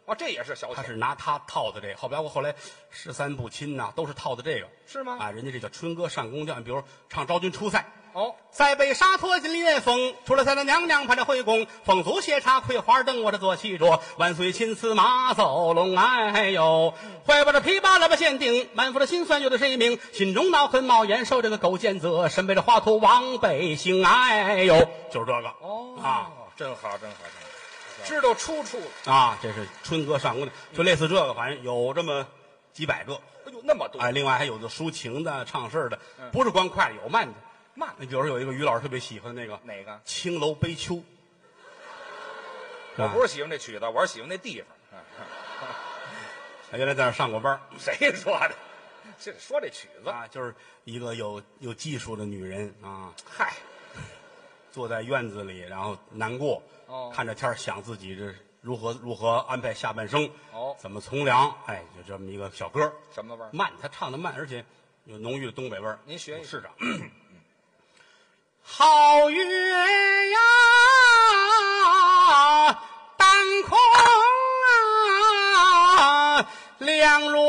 Speaker 3: 哦，这也是小
Speaker 2: 他
Speaker 3: 曲，
Speaker 2: 是拿它套的这个。后来我后来十三不亲呐、都是套的这个，
Speaker 3: 是吗
Speaker 2: 啊，人家这叫春歌上宫调，你比如唱昭君出塞。
Speaker 3: 哦，
Speaker 2: 塞北沙坡金烈风，出了塞的娘娘派的惠公，凤足斜插葵花灯，我这坐骑着，万岁亲赐马走龙，哎呦，坏把这琵琶来把限定，满腹的心酸有的谁明？心中恼恨冒烟，受这个狗见责，身背着华佗往北行，哎呦，就是这个
Speaker 3: 哦，
Speaker 2: 啊，
Speaker 3: 真好，真好，真好，知道出处了。
Speaker 2: 啊，这是春歌上宫的，就类似这个，反正有这么几百个，
Speaker 3: 哎呦，那么多，
Speaker 2: 哎，另外还有的抒情的、唱事儿的
Speaker 3: 嗯，
Speaker 2: 不是光快的，有慢的。
Speaker 3: 慢
Speaker 2: 你比如说有一个于老师特别喜欢那个
Speaker 3: 哪个？
Speaker 2: 青楼悲秋》，
Speaker 3: 我
Speaker 2: 啊
Speaker 3: 不是喜欢这曲子，我是喜欢那地方。啊
Speaker 2: 原来在那儿上过班儿
Speaker 3: 谁说的？ 这说这曲子，
Speaker 2: 啊，就是一个有有技术的女人啊，
Speaker 3: 嗨，
Speaker 2: 坐在院子里，然后难过，
Speaker 3: 哦
Speaker 2: 看着天儿想自己这如何如何安排下半生，
Speaker 3: 哦
Speaker 2: 怎么从良，哎，就这么一个小歌儿，
Speaker 3: 什么味儿？
Speaker 2: 慢，他唱的慢，而且有浓郁的东北味儿。
Speaker 3: 您学一
Speaker 2: 我
Speaker 3: 学
Speaker 2: 试着。好月呀，当空啊，亮如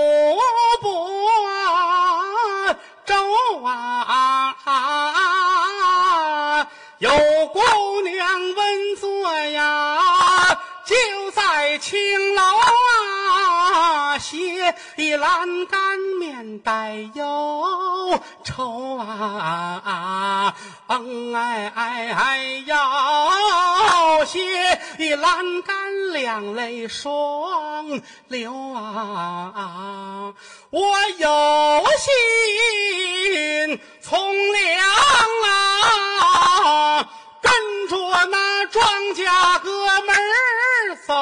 Speaker 2: 波舟啊，有姑娘问坐呀，就在青楼啊，斜一栏杆面带忧愁啊啊，嗯哎哎哎哟，斜一栏杆两泪双流啊啊，我有心从良啊。高跟着那庄稼哥们儿走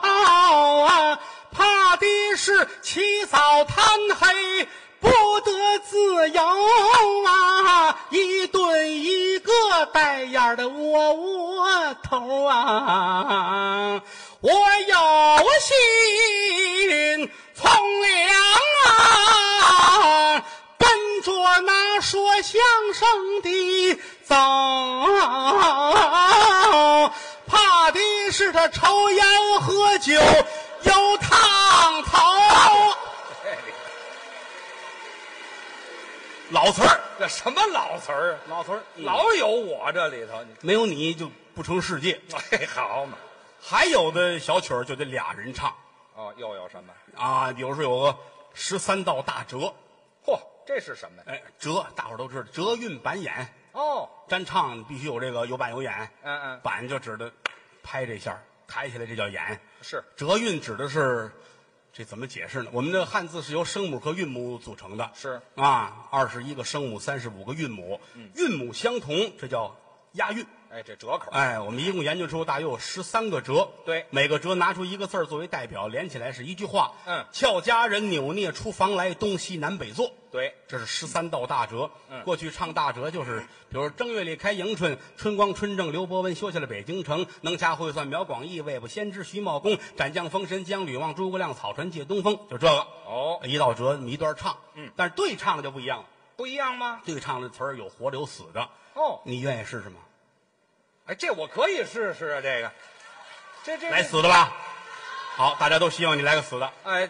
Speaker 2: 啊，怕的是起早贪黑不得自由啊，一顿一个带眼儿的窝窝头啊，我有心从良啊。跟着那说相声的走，怕的是他抽烟喝酒又烫头。老词儿，
Speaker 3: 这什么老词儿啊？
Speaker 2: 老词儿，
Speaker 3: 老有我这里头，你
Speaker 2: 没有你就不成世界。
Speaker 3: 哎，好嘛，
Speaker 2: 还有的小曲儿就得俩人唱
Speaker 3: 哦，又有什么？
Speaker 2: 啊，比如说有个十三道大折，
Speaker 3: 嚯，这是什么呀？
Speaker 2: 哎，折大伙儿都知道，折韵板眼。
Speaker 3: 哦，
Speaker 2: 单唱必须有这个有板有眼，
Speaker 3: 嗯嗯
Speaker 2: 板就指的拍这下儿，抬起来这叫眼，
Speaker 3: 是
Speaker 2: 折韵指的是这怎么解释呢？我们的汉字是由声母和韵母组成的，
Speaker 3: 是嗯
Speaker 2: 啊，二十一个声母，三十五个韵母，韵母相同，这叫押韵。
Speaker 3: 哎，这折口，
Speaker 2: 哎，我们一共研究出大约有十三个折，
Speaker 3: 对
Speaker 2: 每个折拿出一个字儿作为代表，连起来是一句话。
Speaker 3: 嗯
Speaker 2: 俏佳人扭捏出房来，东西南北坐。
Speaker 3: 对，
Speaker 2: 这是十三道大折。
Speaker 3: 嗯
Speaker 2: 过去唱大折就是，比如正月里开迎春，春光春正，刘伯温修下了北京城，能掐会算苗广义，未卜先知徐茂公，斩将封神将吕望，诸葛亮草船借东风，就这个。
Speaker 3: 哦
Speaker 2: 一道折一段唱。
Speaker 3: 嗯，
Speaker 2: 但是对唱的就不一样了，
Speaker 3: 不一样吗？
Speaker 2: 对唱的词儿有活的有死的。
Speaker 3: 哦，
Speaker 2: 你愿意试试吗？
Speaker 3: 哎，这我可以试试啊，这个，这这
Speaker 2: 来，死的吧。好，大家都希望你来个死的。
Speaker 3: 哎，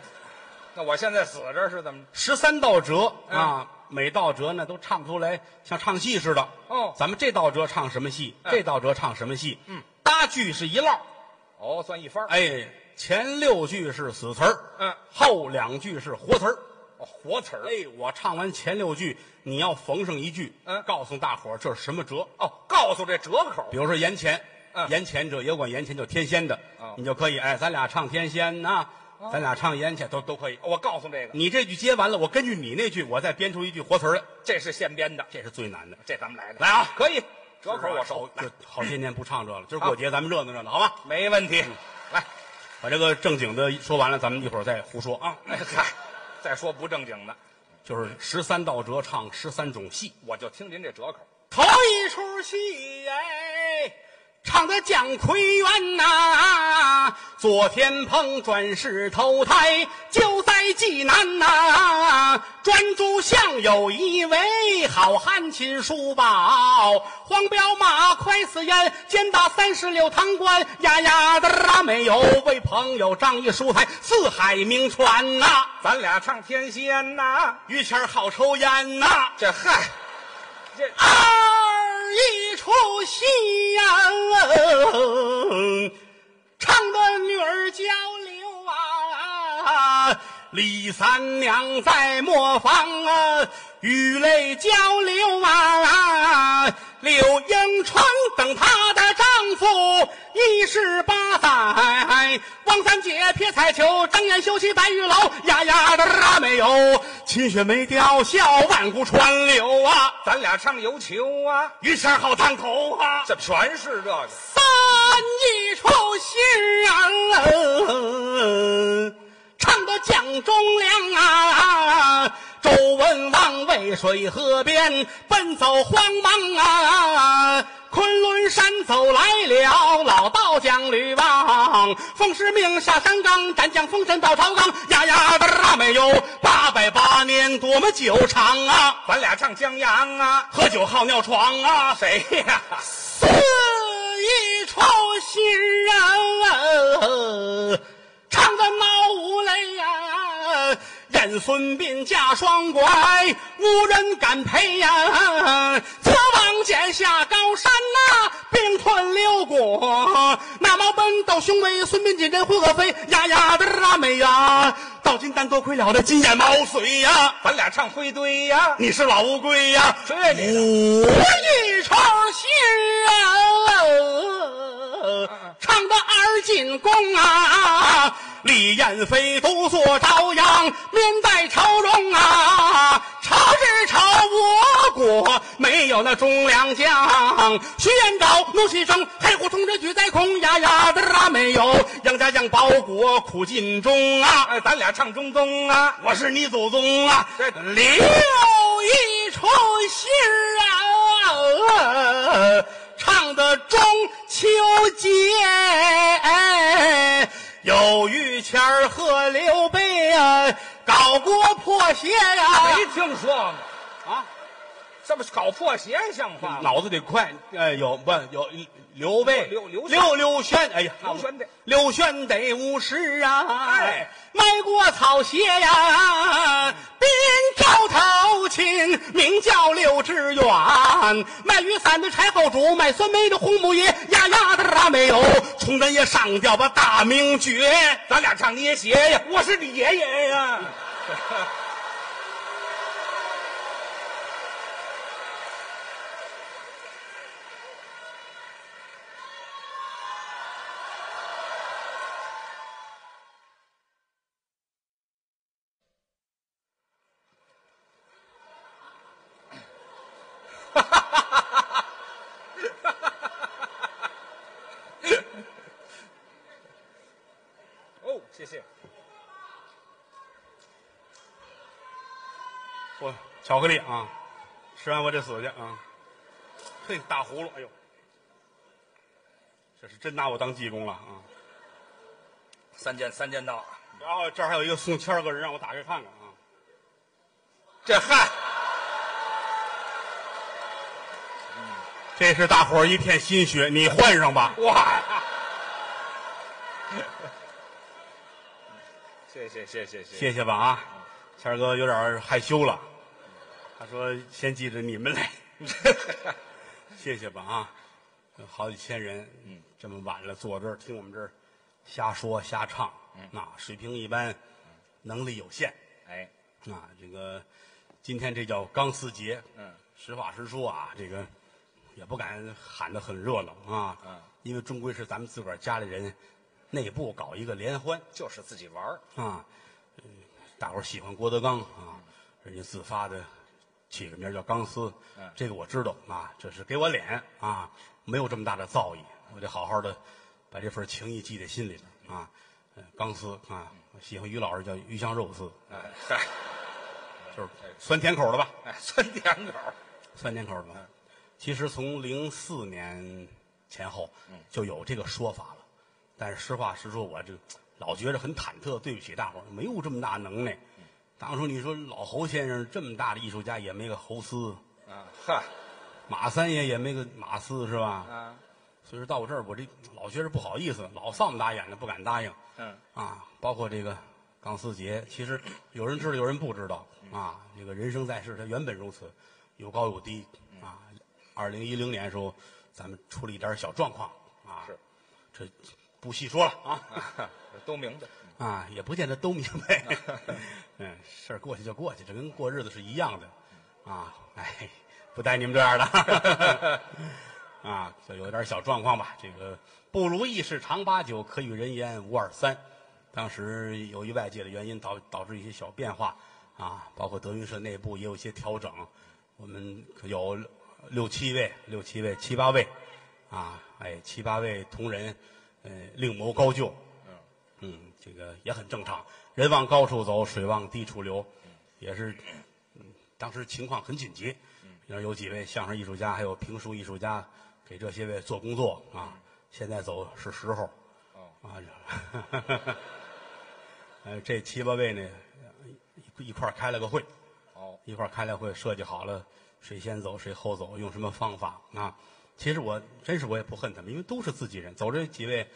Speaker 3: 那我现在死这儿是怎么？
Speaker 2: 十三道折
Speaker 3: 嗯
Speaker 2: 啊，每道折呢都唱不出来，像唱戏似的。
Speaker 3: 哦
Speaker 2: 咱们这道折唱什么戏？
Speaker 3: 嗯
Speaker 2: 这道折唱什么戏？
Speaker 3: 嗯，
Speaker 2: 八句是一摞，
Speaker 3: 哦，算一番儿，
Speaker 2: 哎，前六句是死词儿，
Speaker 3: 嗯，
Speaker 2: 后两句是活词儿。
Speaker 3: 哦活词儿，
Speaker 2: 哎，我唱完前六句，你要缝上一句，
Speaker 3: 嗯
Speaker 2: 告诉大伙儿这是什么折。
Speaker 3: 哦，告诉这折口
Speaker 2: 比，如说盐钱，
Speaker 3: 嗯
Speaker 2: 盐钱这也管盐钱叫天仙的
Speaker 3: 哦，
Speaker 2: 你就可以哎，咱俩唱天仙呐，咱俩唱盐钱都都可以。哦
Speaker 3: 我告诉这个，
Speaker 2: 你这句接完了，我根据你那句，我再编出一句活词儿来，
Speaker 3: 这是现编的，
Speaker 2: 这是最难的。
Speaker 3: 这咱们来的，
Speaker 2: 来啊
Speaker 3: 可以，折
Speaker 2: 这
Speaker 3: 口我熟，来
Speaker 2: 就好些年不唱这了。今儿过节咱们热闹热闹，好吧？
Speaker 3: 没问题，
Speaker 2: 嗯
Speaker 3: 来，
Speaker 2: 把这个正经的说完了，咱们一会儿再胡说啊。
Speaker 3: 哎嗨，再说不正经的，
Speaker 2: 就是十三道折唱十三种戏，
Speaker 3: 我就听您这折口，
Speaker 2: 头一出戏哎，唱的蒋奎元呐、左天蓬转世投胎就在济南呐、专诸巷有一位好汉秦叔宝，黄骠马快似烟，肩打三十六堂官，呀呀的啦没有，为朋友仗义疏财，四海名传呐、
Speaker 3: 咱俩唱天仙呐，
Speaker 2: 于谦儿好抽烟呐、
Speaker 3: 这嗨，这
Speaker 2: 二一出戏呀、唱的女儿叫刘啊，李三娘在磨坊啊，雨泪交流啊。柳英川等她的丈夫一十八载，王三姐撇彩球，睁眼休息白玉楼，呀呀的啦没有，秦雪梅凋笑，万古川流啊。
Speaker 3: 咱俩唱游球啊，
Speaker 2: 于谦好烫头啊，
Speaker 3: 这全是这个，
Speaker 2: 三一出戏啊，唱的蒋忠良啊，周文王渭水河边奔走慌忙啊。昆仑山走来了老道将吕望，奉师命下山岗，斩将封神到朝纲，呀呀的啦没有八百八年多么久长啊！
Speaker 3: 咱俩唱江洋啊，
Speaker 2: 喝酒好尿床啊，
Speaker 3: 谁呀、
Speaker 2: 四一出新人，唱的闹五雷呀、燕孙膑架双拐，无人敢陪呀、则王剑下高山呐、并吞六国。那毛奔到雄威，孙膑紧跟回合飞，呀呀的啦美呀！到金丹多亏了这金眼毛髓呀、
Speaker 3: 咱俩唱灰堆呀、
Speaker 2: 你是老乌龟呀、
Speaker 3: 谁呀你
Speaker 2: 我一朝心啊，唱的二进宫啊，李彦飞独坐朝阳，面带愁容啊，朝只朝我国，没有那忠良将。徐延昭怒气生，黑虎冲着举在空呀呀的啦，没有杨家将保国苦尽忠啊！
Speaker 3: 哎，咱俩唱中东啊，
Speaker 2: 我是你祖宗啊
Speaker 3: 这！
Speaker 2: 留一重心儿啊，唱的中秋节。有于谦儿和刘备啊，搞国破啊鞋呀、
Speaker 3: 没听说过，
Speaker 2: 啊！
Speaker 3: 这不是搞破鞋像话吗？
Speaker 2: 脑子得快，哎，有不有刘备、
Speaker 3: 刘刘禅
Speaker 2: 刘刘轩，哎呀，
Speaker 3: 刘玄得
Speaker 2: 刘轩得五十啊，
Speaker 3: 哎，
Speaker 2: 卖过草鞋呀，宾州陶琴名叫刘志远，卖雨伞的柴后主，卖酸梅的红木爷，呀呀的啦没有，穷人也上吊吧大名绝，咱俩唱你也鞋呀，
Speaker 3: 我是你爷爷呀！哦，谢谢。
Speaker 2: 我巧克力啊，吃完我得死去啊！嘿，大葫芦，哎呦，这是真拿我当济公了啊！
Speaker 3: 三件三件到，
Speaker 2: 然后这儿还有一个送签儿个人，让我打开看看啊！
Speaker 3: 这嗨，
Speaker 2: 这是大伙儿一片心血，你换上吧。
Speaker 3: 哇！ 谢谢谢谢谢谢。
Speaker 2: 谢谢吧啊！谦儿哥有点害羞了，他说先记着你们来，谢谢吧啊！好几千人，嗯，这么晚了坐这儿听我们这儿瞎说瞎唱，嗯，那水平一般，能力有限，
Speaker 3: 哎，
Speaker 2: 啊，这个今天这叫钢丝节，
Speaker 3: 嗯，
Speaker 2: 实话实说啊，这个也不敢喊得很热闹啊，
Speaker 3: 嗯，
Speaker 2: 因为终归是咱们自个儿家里人内部搞一个联欢，
Speaker 3: 就是自己玩儿，
Speaker 2: 啊，嗯，大伙儿喜欢郭德纲
Speaker 3: 嗯
Speaker 2: 啊，人家自发的起个名儿叫钢丝，
Speaker 3: 嗯
Speaker 2: 这个我知道啊，这是给我脸啊，没有这么大的造诣，我得好好的把这份情谊记在心里头啊。呃钢丝啊，
Speaker 3: 嗯
Speaker 2: 我喜欢于老师叫鱼香肉丝，
Speaker 3: 哎嗨，嗯
Speaker 2: 就是酸甜口的吧，
Speaker 3: 哎，酸甜口儿，
Speaker 2: 酸甜口的吧。其实从零四年前后就有这个说法了，但是实话实说，我这老觉着很忐忑，对不起大伙儿，没有这么大能耐。当初你说老侯先生这么大的艺术家也没个侯斯，
Speaker 3: 啊哈
Speaker 2: 马三爷也没个马四是吧？
Speaker 3: 啊，
Speaker 2: 所以说到我这儿，我这老觉着不好意思，老丧大眼的不敢答应。
Speaker 3: 嗯，
Speaker 2: 啊，包括这个钢丝节，其实有人知道，有人不知道啊。这个人生在世，它原本如此，有高有低啊。二零一零年的时候，咱们出了一点小状况啊，
Speaker 3: 是
Speaker 2: 这不细说了啊
Speaker 3: 都明白。
Speaker 2: 啊，也不见得都明白。嗯，事儿过去就过去，这跟过日子是一样的啊。哎，不带你们这样的啊，就有点小状况吧。这个不如意事常八九，可与人言五二三。当时由于外界的原因导导致一些小变化啊，包括德云社内部也有一些调整。我们可有六七位、六七位、七八位啊，哎，七八位同仁，呃，另谋高就。嗯，这个也很正常。人往高处走，水往低处流，也是，嗯，当时情况很紧急。那儿有几位相声艺术家，还有评书艺术家，给这些位做工作啊。现在走是时候。
Speaker 3: 哦
Speaker 2: 啊， 这呃，这七八位呢，一一块儿开了个会。
Speaker 3: 哦，
Speaker 2: 一块儿开了会，设计好了谁先走谁后走，用什么方法啊？其实我真是我也不恨他们，因为都是自己人。走这几位，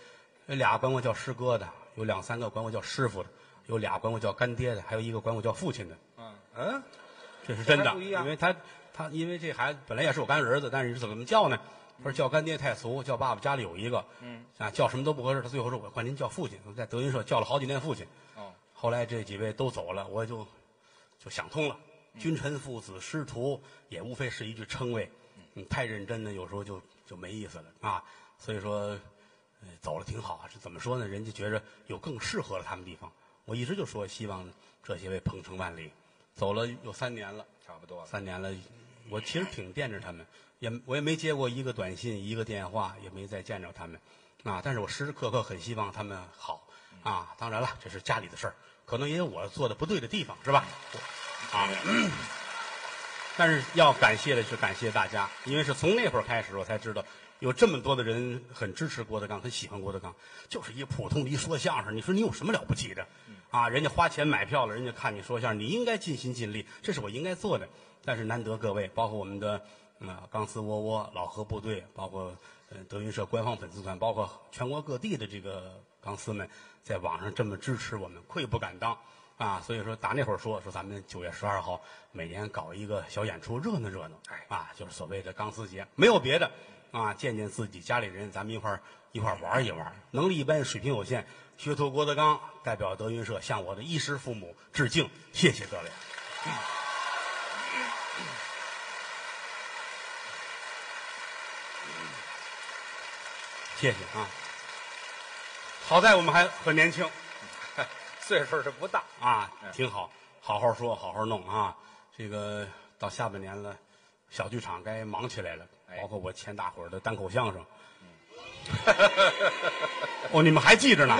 Speaker 2: 有俩管我叫师哥的，有两三个管我叫师傅的，有俩管我叫干爹的，还有一个管我叫父亲的，
Speaker 3: 嗯嗯，
Speaker 2: 这是真
Speaker 3: 还
Speaker 2: 的。
Speaker 3: 不一样
Speaker 2: 因为他他因为这孩子本来也是我干儿子，但是你说怎么叫呢？他说叫干爹太俗，叫爸爸家里有一个，嗯啊，叫什么都不合适。他最后说我管您叫父亲，我在德云社叫了好几年父亲。
Speaker 3: 哦，
Speaker 2: 后来这几位都走了，我就就想通了，君臣父子师徒也无非是一句称谓，嗯，太认真的有时候就就没意思了啊。所以说，呃，走了挺好。这怎么说呢？人家觉着有更适合了他们地方。我一直就说，希望这些位鹏程万里，走了有三年了，
Speaker 3: 差不多了。
Speaker 2: 三年了，我其实挺惦着他们，也我也没接过一个短信，一个电话，也没再见着他们，啊，但是我时时刻刻很希望他们好，啊，当然了，这是家里的事儿，可能也有我做的不对的地方，是吧？我啊，
Speaker 3: 嗯
Speaker 2: 但是要感谢的是感谢大家，因为是从那会儿开始，我才知道有这么多的人很支持郭德纲，很喜欢郭德纲，就是一普通的一说相声，你说你有什么了不起的？啊，人家花钱买票了，人家看你说相声，你应该尽心尽力，这是我应该做的。但是难得各位，包括我们的啊、呃钢丝窝窝、老河部队，包括呃德云社官方粉丝团，包括全国各地的这个钢丝们，在网上这么支持我们，愧不敢当啊！所以说，打那会儿说说咱们九月十二号每年搞一个小演出，热闹热闹，
Speaker 3: 哎
Speaker 2: 啊，就是所谓的钢丝节，没有别的啊，见见自己家里人，咱们一块儿一块儿玩一玩，能力一般，水平有限，学徒郭德纲代表德云社向我的衣食父母致敬，谢谢各位。谢谢啊！好在我们还很年轻
Speaker 3: 岁数是不大，
Speaker 2: 啊，挺好，好好说，好好弄啊。这个到下半年了，小剧场该忙起来了，
Speaker 3: 哎
Speaker 2: 包括我欠大伙儿的单口相声。哦，你们还记着呢？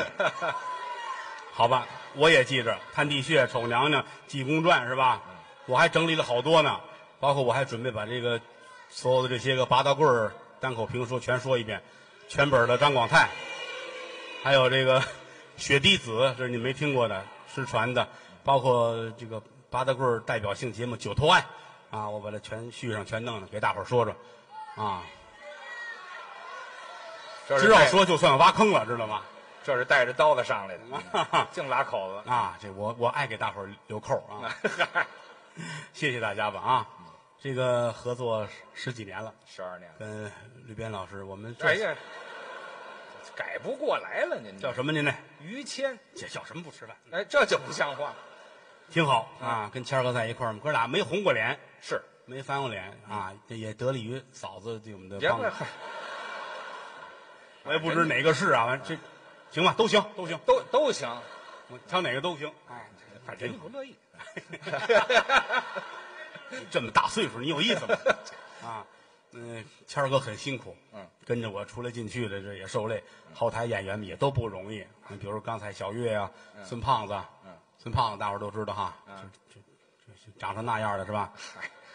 Speaker 2: 好吧，我也记着《探地穴》《丑娘娘》《济公传》是吧？我还整理了好多呢，包括我还准备把这个所有的这些个八大棍儿单口评说全说一遍，全本儿的张广泰，还有这个 雪滴子，这是你没听过的，失传的，包括这个八大棍儿代表性节目《九头案》啊，我把它全续上，全弄了，给大伙儿说说啊，
Speaker 3: 这是
Speaker 2: 知道
Speaker 3: 带
Speaker 2: 说就算挖坑了，知道吗？
Speaker 3: 这是带着刀子 上来的，净拉口子。
Speaker 2: 啊，这我我爱给大伙儿留扣儿啊， 谢谢大家吧啊！这个合作十十几年了，
Speaker 3: 十二年了，
Speaker 2: 跟吕斌老师，我们这
Speaker 3: 哎呀，改不过来了，您
Speaker 2: 叫什么您呢？
Speaker 3: 于谦，
Speaker 2: 这叫什么不吃饭？
Speaker 3: 哎，这就不像话。
Speaker 2: 挺好啊，跟谦儿哥在一块儿，我们哥俩没红过脸，
Speaker 3: 是，
Speaker 2: 没翻过脸啊，这也得力于嫂子对我们的
Speaker 3: 别
Speaker 2: 帮助
Speaker 3: 问。，
Speaker 2: 我也不知哪个是啊，这 嗯行吧，都行都行，
Speaker 3: 都都行。
Speaker 2: 我挑哪个都 行。
Speaker 3: 哎，反正你不乐意。
Speaker 2: 这么大岁数，你有意思 吗？啊，嗯、谦儿哥很辛苦，
Speaker 3: 嗯，
Speaker 2: 跟着我出来进去的，这也受累。后台演员们也都不容易，你比如刚才小岳啊，孙胖子啊，
Speaker 3: 嗯
Speaker 2: 孙胖子大伙儿都知道哈，
Speaker 3: 嗯
Speaker 2: 这这这长成那样的是吧？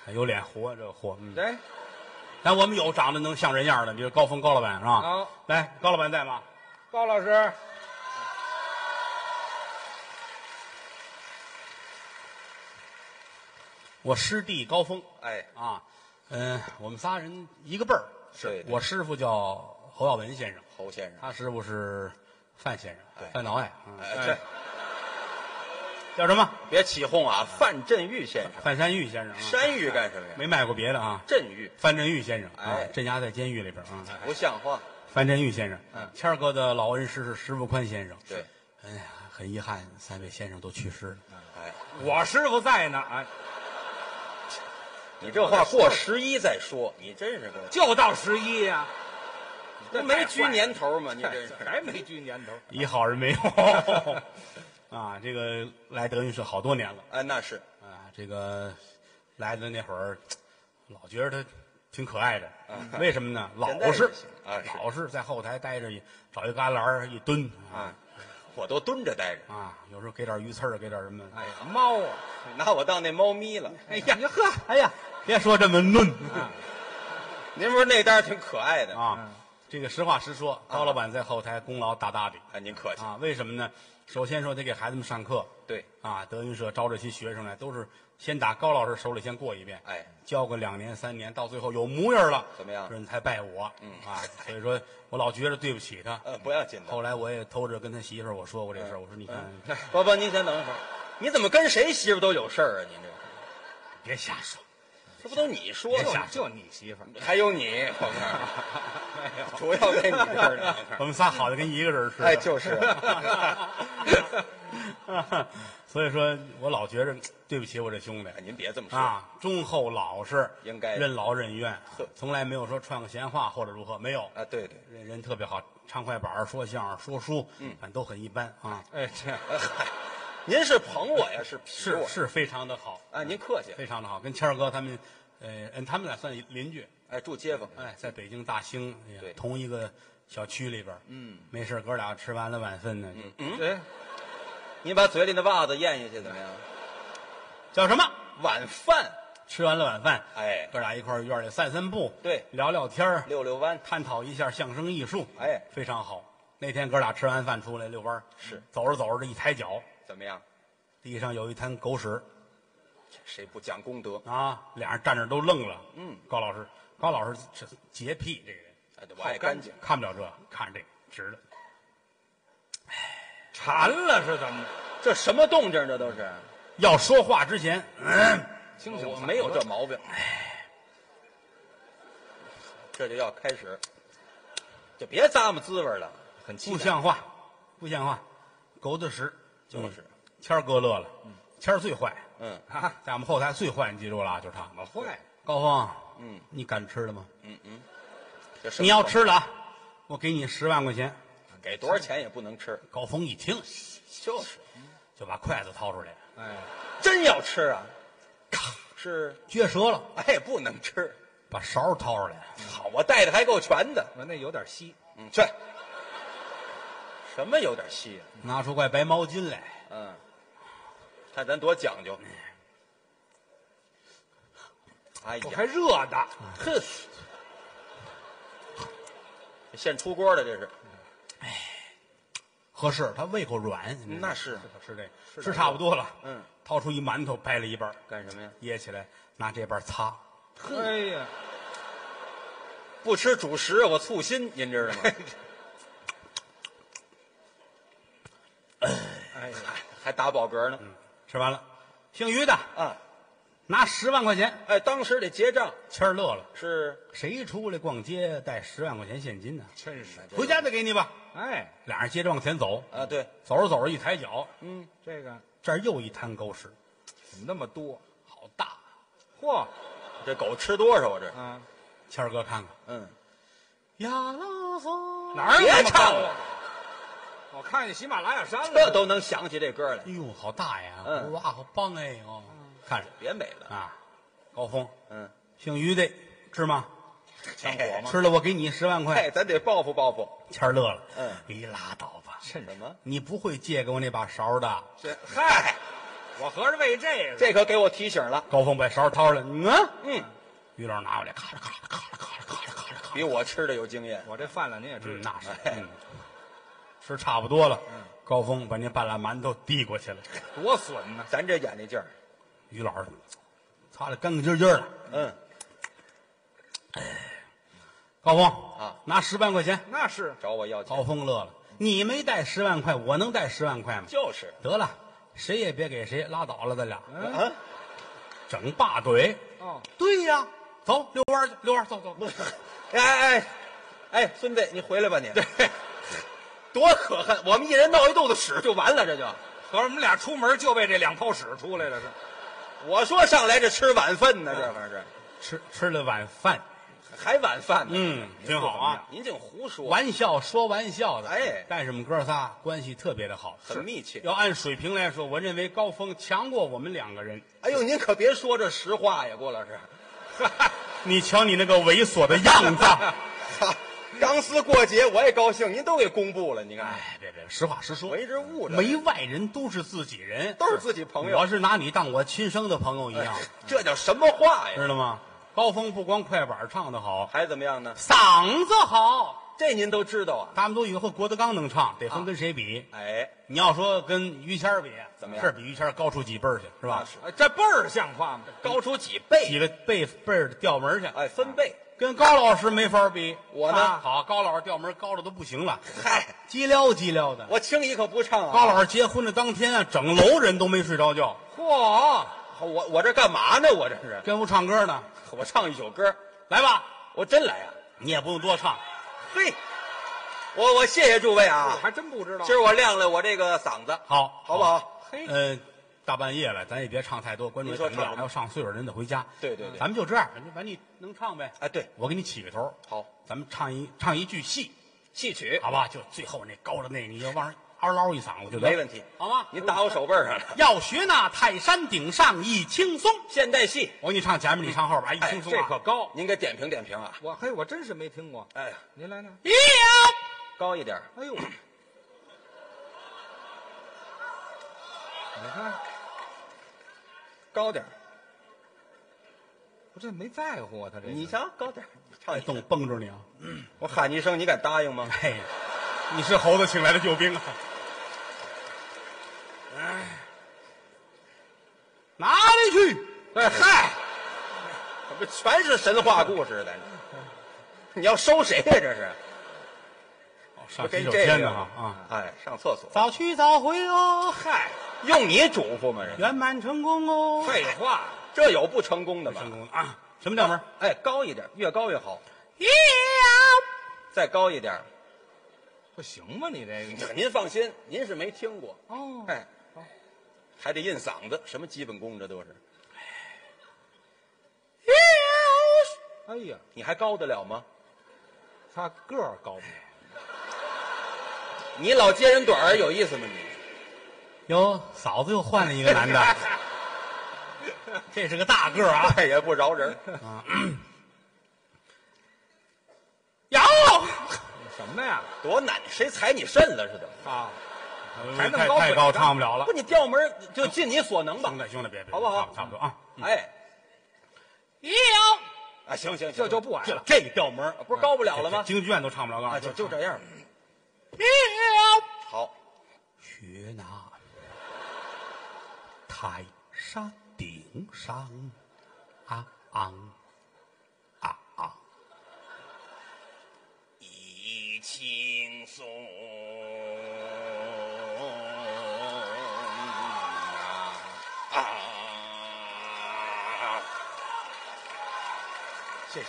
Speaker 2: 还有脸活这个活， 嗯，
Speaker 3: 哎，
Speaker 2: 但我们有长得能像人样的，比如高峰高老板是吧？
Speaker 3: 好
Speaker 2: 来，高老板在吗？
Speaker 3: 高老
Speaker 4: 哎
Speaker 3: 师，
Speaker 2: 我师弟高峰
Speaker 3: 哎，
Speaker 2: 啊，嗯、我们仨人一个辈儿，
Speaker 3: 对对
Speaker 2: 我师傅叫侯耀文先生。
Speaker 3: 侯先生，
Speaker 2: 他师傅是范先
Speaker 4: 哎
Speaker 2: 生，范老爱，嗯
Speaker 4: 哎，这
Speaker 2: 叫什么？
Speaker 4: 别起哄啊！范振钰先生，
Speaker 2: 范山玉先生啊，
Speaker 4: 山芋干什么呀？
Speaker 2: 没卖过别的啊。
Speaker 4: 振钰
Speaker 2: 范振玉先生啊
Speaker 4: 哎，
Speaker 2: 镇压在监狱里边啊。
Speaker 4: 不像话。
Speaker 2: 范振玉先生，谦儿哥的老恩师是石富宽先生。
Speaker 4: 对，
Speaker 2: 哎呀，很遗憾，三位先生都去世了。
Speaker 4: 哎，
Speaker 2: 我师傅在呢，啊，
Speaker 4: 你这话过十一再说，你真是个
Speaker 3: 就到十一呀，
Speaker 4: 这没拘年头吗？你真是。
Speaker 3: 还没拘年头。
Speaker 2: 一好人 没有。啊，这个来德云社好多年了
Speaker 4: 哎，那是
Speaker 2: 啊，这个来的那会儿，老觉得他挺可爱的，
Speaker 4: 啊
Speaker 2: 为什么呢？
Speaker 4: 简
Speaker 2: 老
Speaker 4: 单
Speaker 2: 实
Speaker 4: 就行啊是
Speaker 2: 老实，在后台待着，找一旮旯儿一蹲啊
Speaker 4: 啊，我都蹲着待着，
Speaker 2: 啊，有时候给点鱼刺儿，给点什么，
Speaker 3: 哎呀，猫啊！
Speaker 4: 拿我当那猫咪了。
Speaker 3: 哎呀，你呵，
Speaker 2: 哎呀，别说这么嫩啊
Speaker 4: 您不是那单儿挺可爱的
Speaker 2: 啊，这个实话实说，高老板在后台功劳大大的
Speaker 4: 啊？您客气。
Speaker 2: 啊，为什么呢？首先说得给孩子们上课，
Speaker 4: 对，
Speaker 2: 啊，德云社招这些学生来，都是先打高老师手里先过一遍，
Speaker 4: 哎，
Speaker 2: 教个两年三年，到最后有模样了，
Speaker 4: 怎么样
Speaker 2: 这人才拜我，嗯啊，所以说我老觉着对不起他。
Speaker 4: 呃，不要紧的。
Speaker 2: 后来我也偷着跟他媳妇儿我说过这
Speaker 4: 嗯
Speaker 2: 事儿，我说你看，
Speaker 3: 嗯
Speaker 4: 不不，您先等一会儿。你怎么跟谁媳妇都有事儿啊？您这
Speaker 2: 别瞎 说，
Speaker 4: 这不都你说
Speaker 2: 别
Speaker 4: 的
Speaker 2: 瞎
Speaker 4: 吗？
Speaker 2: 说
Speaker 3: 就你媳妇儿，
Speaker 4: 还有你，我 告诉你，主要在你这儿呢。我告诉
Speaker 2: 我们仨好的跟一个人似的。
Speaker 4: 哎就是
Speaker 2: 所以说我老觉着对不起我这兄弟
Speaker 4: 你哎，您别这么说。
Speaker 2: 啊，忠厚老实，
Speaker 4: 应该的
Speaker 2: 任劳任怨
Speaker 4: 呵，
Speaker 2: 从来没有说串个闲话或者如何，没有。
Speaker 4: 啊，对对，
Speaker 2: 人人特别好，唱快板儿、说相声、说书，嗯，反正都很一般啊。
Speaker 3: 哎，这
Speaker 4: 哎嗨
Speaker 3: 您是捧我呀，是批
Speaker 2: 是
Speaker 3: 我
Speaker 2: 是非常的好，
Speaker 3: 啊？您客气，
Speaker 2: 非常的好，跟谦儿哥他们，呃，嗯他们俩算邻居，
Speaker 3: 哎，住街坊，
Speaker 2: 哎，在北京大兴，哎呀
Speaker 3: 对
Speaker 2: 同一个小区里边，嗯，没事儿，哥俩吃完了晚饭呢，
Speaker 3: 嗯
Speaker 2: 就
Speaker 3: 哎
Speaker 4: 对，
Speaker 3: 您把嘴里的袜子咽下去怎么样？
Speaker 2: 叫什么？
Speaker 3: 晚饭
Speaker 2: 吃完了晚饭，
Speaker 3: 哎
Speaker 2: 哥俩一块儿院里散散步，
Speaker 3: 对
Speaker 2: 聊聊天儿
Speaker 3: 遛遛弯，
Speaker 2: 探讨一下相声艺术，
Speaker 3: 哎
Speaker 2: 非常好。那天哥俩吃完饭出来遛弯儿
Speaker 3: 是
Speaker 2: 走着走着一抬脚，
Speaker 3: 怎么样？
Speaker 2: 地上有一滩狗屎
Speaker 3: 谁不讲功德？
Speaker 2: 啊，俩人站那儿都愣了。
Speaker 3: 嗯，
Speaker 2: 高老师，高老师这洁癖这个人，
Speaker 3: 哎，我爱干净，
Speaker 2: 看不了这，看这直的。
Speaker 4: 馋了是怎么着？
Speaker 3: 这什么动静？这都是
Speaker 2: 要说话之前，嗯
Speaker 4: 清醒，
Speaker 3: 我没有这，毛病，这就要开始，就别咂摸滋味了，很气
Speaker 2: 不
Speaker 3: 愤。
Speaker 2: 像话，不像话，狗的屎
Speaker 3: 就是
Speaker 2: 嗯谦儿哥乐了，谦儿最坏，
Speaker 3: 嗯
Speaker 2: 啊，在我们后台最坏，你记住了啊，就是他。
Speaker 4: 我坏，
Speaker 2: 高峰，
Speaker 3: 嗯，
Speaker 2: 你敢吃了吗？
Speaker 3: 嗯嗯，这什么
Speaker 2: 你要
Speaker 3: 动
Speaker 2: 吃了啊，我给你十万块钱。
Speaker 3: 给多少钱也不能吃，
Speaker 2: 高峰一听，
Speaker 3: 就是
Speaker 2: 就把筷子掏出来，
Speaker 4: 哎，
Speaker 3: 真要吃啊，是
Speaker 2: 撅折了，
Speaker 3: 哎不能吃。
Speaker 2: 把勺掏出来，
Speaker 3: 好，我带的还够全的，
Speaker 4: 我那有点稀，
Speaker 3: 嗯，去。什么有点稀啊呀、
Speaker 2: 拿出块白毛巾来，
Speaker 3: 嗯，看咱多讲究。哎
Speaker 4: 我
Speaker 3: 呀，
Speaker 4: 还热的，
Speaker 3: 哼，现出锅的这是，
Speaker 2: 合适，他胃口软，
Speaker 3: 那
Speaker 2: 吃
Speaker 3: 是
Speaker 2: 这个
Speaker 3: 是
Speaker 2: 吃差不多了，
Speaker 3: 嗯，
Speaker 2: 掏出一馒头掰了一半儿，
Speaker 3: 干什么呀？
Speaker 2: 掖起来，拿这半儿擦，
Speaker 4: 哎呀，
Speaker 3: 不吃主食啊我醋心，您知道吗？
Speaker 4: 哎呀，嗯
Speaker 3: 还打饱嗝呢。
Speaker 2: 吃完了，姓于的
Speaker 3: 啊，
Speaker 2: 拿十万块钱，
Speaker 3: 哎，当时得结账
Speaker 2: 谦儿乐了，
Speaker 3: 是
Speaker 2: 谁出来逛街带十万块钱现金呢？
Speaker 4: 真是，
Speaker 2: 回家再给你吧。
Speaker 4: 哎，
Speaker 2: 俩人接着往前走，
Speaker 3: 啊，对，
Speaker 2: 走着走着一抬脚，
Speaker 3: 嗯，
Speaker 4: 这个
Speaker 2: 这儿又一滩狗屎，
Speaker 4: 怎么那么多？
Speaker 2: 好大。
Speaker 4: 嚯，
Speaker 3: 这狗吃多少啊？这，
Speaker 4: 啊，
Speaker 2: 谦儿哥看看，
Speaker 3: 嗯，
Speaker 2: 呀啰嗦，
Speaker 4: 哪儿有
Speaker 3: 别
Speaker 4: 那么
Speaker 3: 唱
Speaker 4: 多
Speaker 3: 了？
Speaker 4: 我看见喜马拉雅山了，
Speaker 3: 这都能想起这歌来
Speaker 4: 嗯
Speaker 2: 哎，呦，好大呀！
Speaker 3: 嗯
Speaker 2: 哇，好棒哎哦，看着
Speaker 3: 别美了。
Speaker 2: 啊，高峰，
Speaker 3: 嗯，
Speaker 2: 姓于的，吃吗？
Speaker 4: 想火 吗？
Speaker 2: 吃了我给你十万
Speaker 3: 哎，
Speaker 2: 块。
Speaker 3: 咱得报复报复。
Speaker 2: 谦儿乐了，
Speaker 3: 嗯
Speaker 2: 你拉倒吧，
Speaker 4: 趁
Speaker 3: 什么？
Speaker 2: 你不会借给我那把勺的。
Speaker 4: 这嗨，我合着为这个，
Speaker 3: 这可给我提醒了。
Speaker 2: 高峰把勺掏出来，嗯啊，
Speaker 3: 嗯，
Speaker 2: 于老师拿过来，咔啦咔啦咔啦咔啦咔啦咔啦咔
Speaker 3: 比
Speaker 2: 啦，
Speaker 3: 我吃的有经验。
Speaker 4: 我这饭量您也
Speaker 2: 嗯，
Speaker 4: 知道，
Speaker 2: 那是，嗯，吃差不多了。
Speaker 4: 嗯
Speaker 2: 高峰把那半拉馒头递过去了，
Speaker 4: 多损呐！
Speaker 3: 咱这眼力劲儿，
Speaker 2: 于老师擦的干干净净的。
Speaker 3: 嗯，
Speaker 2: 高峰
Speaker 3: 啊，
Speaker 2: 拿十万块钱。
Speaker 4: 那是
Speaker 3: 找我要钱
Speaker 2: 高峰乐了，你没带十万块，我能带十万块吗？
Speaker 3: 就是
Speaker 2: 得了，谁也别给谁，拉倒了，咱俩
Speaker 3: 啊，
Speaker 2: 整大怼。
Speaker 4: 嗯哦，
Speaker 2: 对呀，走遛弯儿去，遛弯儿走走。
Speaker 3: 哎哎哎，哎，孙子，你回来吧 你。对，多可恨！我们一人闹一肚子屎就完了，这就。
Speaker 4: 合着我们俩出门就为这两泡屎出来了，是？
Speaker 3: 我说上来这吃晚饭呢，这玩意儿
Speaker 2: 吃吃了晚饭，
Speaker 3: 是还晚饭呢。
Speaker 2: 嗯，挺好啊。
Speaker 3: 您净胡说，
Speaker 2: 玩笑说玩笑的，
Speaker 3: 哎
Speaker 2: 但是我们哥仨关系特别的好，
Speaker 3: 很密切。
Speaker 2: 要按水平来说，我认为高峰强过我们两个人。
Speaker 3: 哎呦，您可别说这实话呀，郭老师。
Speaker 2: 你瞧你那个猥琐的样 子，
Speaker 3: 哈 钢丝过节我也高兴，您都给公布了，你看，
Speaker 2: 哎，别别，实话实说
Speaker 3: 我，一直误着。
Speaker 2: 没外人都是自己人，
Speaker 3: 都是自己朋友哎
Speaker 2: 我是拿你当我亲生的朋友一样，
Speaker 3: 这叫什么话呀？
Speaker 2: 知道吗？高峰不光快板唱得好，
Speaker 3: 还怎么样呢？
Speaker 2: 嗓子好，
Speaker 3: 这您都知道啊？
Speaker 2: 他们都以为郭德纲能唱，得分跟谁比。
Speaker 3: 哎，
Speaker 2: 你要说跟于谦儿比，
Speaker 3: 怎么样
Speaker 2: 是比于谦儿高出几辈儿去，是吧？
Speaker 3: 那是
Speaker 4: 哎这辈儿像话吗？
Speaker 3: 高出几倍？
Speaker 2: 几个辈辈儿掉门儿去，
Speaker 3: 哎，分贝。
Speaker 2: 跟高老师没法比。
Speaker 3: 我呢
Speaker 2: 啊好，高老师掉门高的都不行了，
Speaker 3: 嗨，
Speaker 2: 叽撩叽撩的。
Speaker 3: 我轻易可不唱啊！
Speaker 2: 高老师结婚的当天啊，整楼人都没睡着觉，
Speaker 4: 嚯，
Speaker 3: 我我这干嘛呢？我这是，
Speaker 2: 跟屋唱歌呢。
Speaker 3: 我唱一首歌，
Speaker 2: 来吧，
Speaker 3: 我真来啊！
Speaker 2: 你也不用多唱，
Speaker 3: 嘿，我我谢谢诸位
Speaker 4: 我
Speaker 3: 啊！
Speaker 4: 还真不知道
Speaker 3: 今。儿我亮了我这个嗓子，
Speaker 2: 好，
Speaker 3: 好不？好？
Speaker 4: 嘿，
Speaker 2: 呃，大半夜了，咱也别唱太多，观众也
Speaker 3: 你说
Speaker 2: 等不了
Speaker 3: 唱什
Speaker 2: 要上岁数人得回家。
Speaker 3: 对对对
Speaker 2: 咱们就这样，反正反正你能唱呗。
Speaker 3: 哎，对，
Speaker 2: 我给你起个头，
Speaker 3: 好，
Speaker 2: 咱们唱一唱一句戏，
Speaker 3: 戏曲
Speaker 2: 好吧？就最后那高的那，你就往上嗷唠一嗓子就得了
Speaker 3: 没问题，
Speaker 2: 好吗？
Speaker 3: 您打我手背上了。
Speaker 2: 要学那泰山顶上一轻松，
Speaker 3: 现代戏，
Speaker 2: 我给你唱前面，你唱后边，哎一
Speaker 3: 哎
Speaker 2: 轻松
Speaker 3: 这
Speaker 2: 啊
Speaker 3: 可高，您给点评点评啊！
Speaker 4: 哦我嘿，我真是没听过。
Speaker 3: 哎呀，
Speaker 4: 您来来，
Speaker 2: 呀，
Speaker 3: 高一点儿，
Speaker 4: 哎呦，你看，
Speaker 3: 高点儿，
Speaker 4: 我这没在乎啊，他这个
Speaker 3: 你瞧，高点儿，你唱
Speaker 2: 哎
Speaker 3: 一
Speaker 2: 动蹦着你啊！
Speaker 3: 我喊一声，你敢答应吗？
Speaker 2: 嘿， 你是猴子请来的救兵啊！哎，哪里去？
Speaker 3: 哎嗨，怎么全是神话故 事的？你要收谁呀、这是？
Speaker 2: 上洗
Speaker 3: 跟
Speaker 2: 手
Speaker 3: 这
Speaker 2: 间
Speaker 3: 个
Speaker 2: 呢哈啊！
Speaker 3: 哎，上厕所，
Speaker 2: 早去早回哦，
Speaker 3: 嗨，用你嘱咐吗？人
Speaker 2: 圆满成功哦！
Speaker 3: 废话，这有不成功的吗
Speaker 2: 成？功了啊！什么调门？
Speaker 3: 哎，高一点，越高越好，
Speaker 2: 呀，
Speaker 3: 再高一点。
Speaker 4: 不行吧？你这个
Speaker 3: 您放心，您是没听过，
Speaker 4: 哦，
Speaker 3: 哎，还得印嗓子，什么基本功这都是。
Speaker 4: 哎呀，
Speaker 3: 你还高得了吗？
Speaker 4: 他个儿高不了。
Speaker 3: 你老揭人短儿有意思吗你？
Speaker 2: 哟，嫂子又换了一个 男的， 这是个大个儿啊！
Speaker 3: 哎也不饶人，
Speaker 2: 有，
Speaker 4: 什么呀？
Speaker 3: 多难，谁踩你肾了似的？
Speaker 4: 啊，
Speaker 2: 太
Speaker 4: 还那么高
Speaker 2: 太高唱不了了
Speaker 3: 不，。你调门儿就尽你所能吧
Speaker 2: 兄。弟，兄弟，别别，
Speaker 3: 好不好
Speaker 2: 差不多啊。
Speaker 3: 哎，
Speaker 2: 有，
Speaker 3: 啊，行行，
Speaker 4: 这就不矮
Speaker 3: 这
Speaker 4: 了。啊
Speaker 2: 这调门儿
Speaker 3: 不是高不了了吗
Speaker 2: 这京剧院都唱不了高
Speaker 3: 啊，就就这样吧。
Speaker 2: 有，
Speaker 3: 好，
Speaker 2: 学那泰山顶上啊昂啊昂，
Speaker 3: 一轻松啊！谢谢。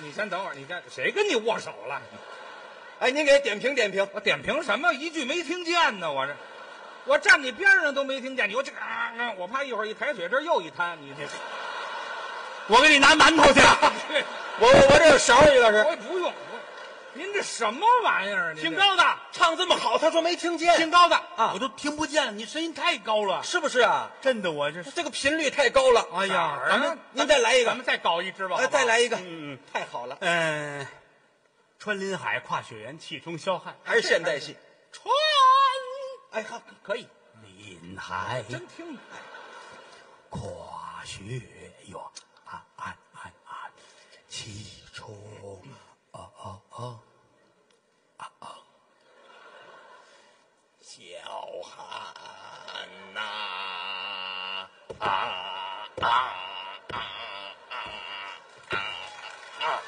Speaker 4: 你先等会儿，你先谁跟你握手了？
Speaker 3: 哎，您给点评点评。
Speaker 4: 我点评什么？一句没听见呢，我这。我站你边上都没听见，你说这个啊啊，我怕一会儿一抬腿，这又一摊，你这，
Speaker 2: 我给你拿馒头去。
Speaker 3: 我我我这有勺一个
Speaker 4: 我
Speaker 3: 是。
Speaker 4: 也不用，我您这什么玩意儿？您这
Speaker 2: 挺高的，
Speaker 3: 唱这么好，他说没听见，
Speaker 2: 挺高的
Speaker 3: 啊
Speaker 2: 我都听不见了，你声音太高了，
Speaker 3: 是不是啊？
Speaker 2: 真的，我这
Speaker 3: 这个频率太高了。
Speaker 2: 哎
Speaker 4: 哪
Speaker 2: 呀
Speaker 4: 儿，啊
Speaker 2: 咱们
Speaker 3: 您再来一个
Speaker 2: 咱们再搞一支吧，好
Speaker 3: 哎，
Speaker 2: 不好
Speaker 3: 再来一个，
Speaker 2: 嗯嗯嗯，
Speaker 3: 太好了，
Speaker 2: 嗯，穿林海，跨雪原，气冲霄汉，
Speaker 3: 还是现代戏。
Speaker 2: 穿
Speaker 3: 哎，好，可以。
Speaker 2: 林海，
Speaker 4: 真听不
Speaker 2: 跨雪原，啊啊啊啊，气冲哦哦哦，
Speaker 3: 小汉呐、啊，啊啊啊啊啊啊！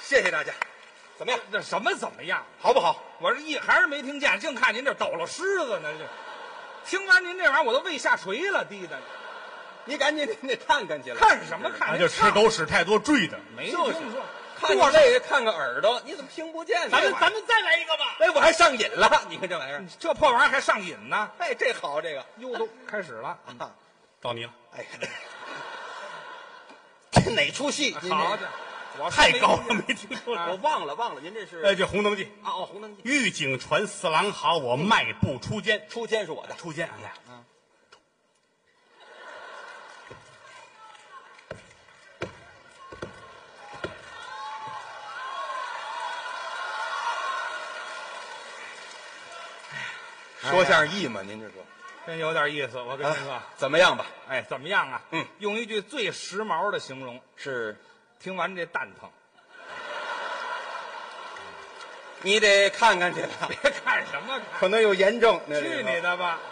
Speaker 3: 谢谢大家，怎么样？
Speaker 4: 这什么怎么样？
Speaker 3: 好不好？
Speaker 4: 我这一还是没听见，净看您这抖了狮子呢。这听完您这玩意儿，我都胃下垂了，低的。
Speaker 3: 你赶紧你看看去了，
Speaker 4: 看什么看？
Speaker 2: 那就吃狗屎太多坠的。
Speaker 4: 没听
Speaker 3: 就是
Speaker 4: 说。
Speaker 3: 看个累，看个耳朵，你怎么听不见呢？
Speaker 2: 咱们咱们再来一个吧。
Speaker 3: 哎，我还上瘾了，你看这玩意儿，
Speaker 4: 这破玩意儿还上瘾呢？
Speaker 3: 哎，这好这个
Speaker 4: 哟，都开始了。
Speaker 3: 啊，
Speaker 2: 到你了，
Speaker 3: 哎 呀，这哪出戏？您这
Speaker 4: 好家伙，我说
Speaker 2: 太
Speaker 4: 没
Speaker 2: 高
Speaker 4: 听
Speaker 2: 了，没听说
Speaker 3: 我
Speaker 2: 过。
Speaker 3: 忘了忘了，您这是
Speaker 2: 哎，这《红灯记》，
Speaker 3: 啊哦，红灯记，
Speaker 2: 狱警传四郎好，我迈步出监，
Speaker 3: 出监是我的，
Speaker 2: 出监。哎呀，
Speaker 3: 说相声艺嘛，您这说啊
Speaker 4: 真有点意思。我跟您说，
Speaker 3: 怎么样吧？
Speaker 4: 哎，怎么样啊？
Speaker 3: 嗯，
Speaker 4: 用一句最时髦的形容，
Speaker 3: 是
Speaker 4: 听完这蛋 疼。
Speaker 3: 你得看 看去啊了，
Speaker 4: 别看什么看，
Speaker 3: 可能有炎症。
Speaker 4: 去 你的吧！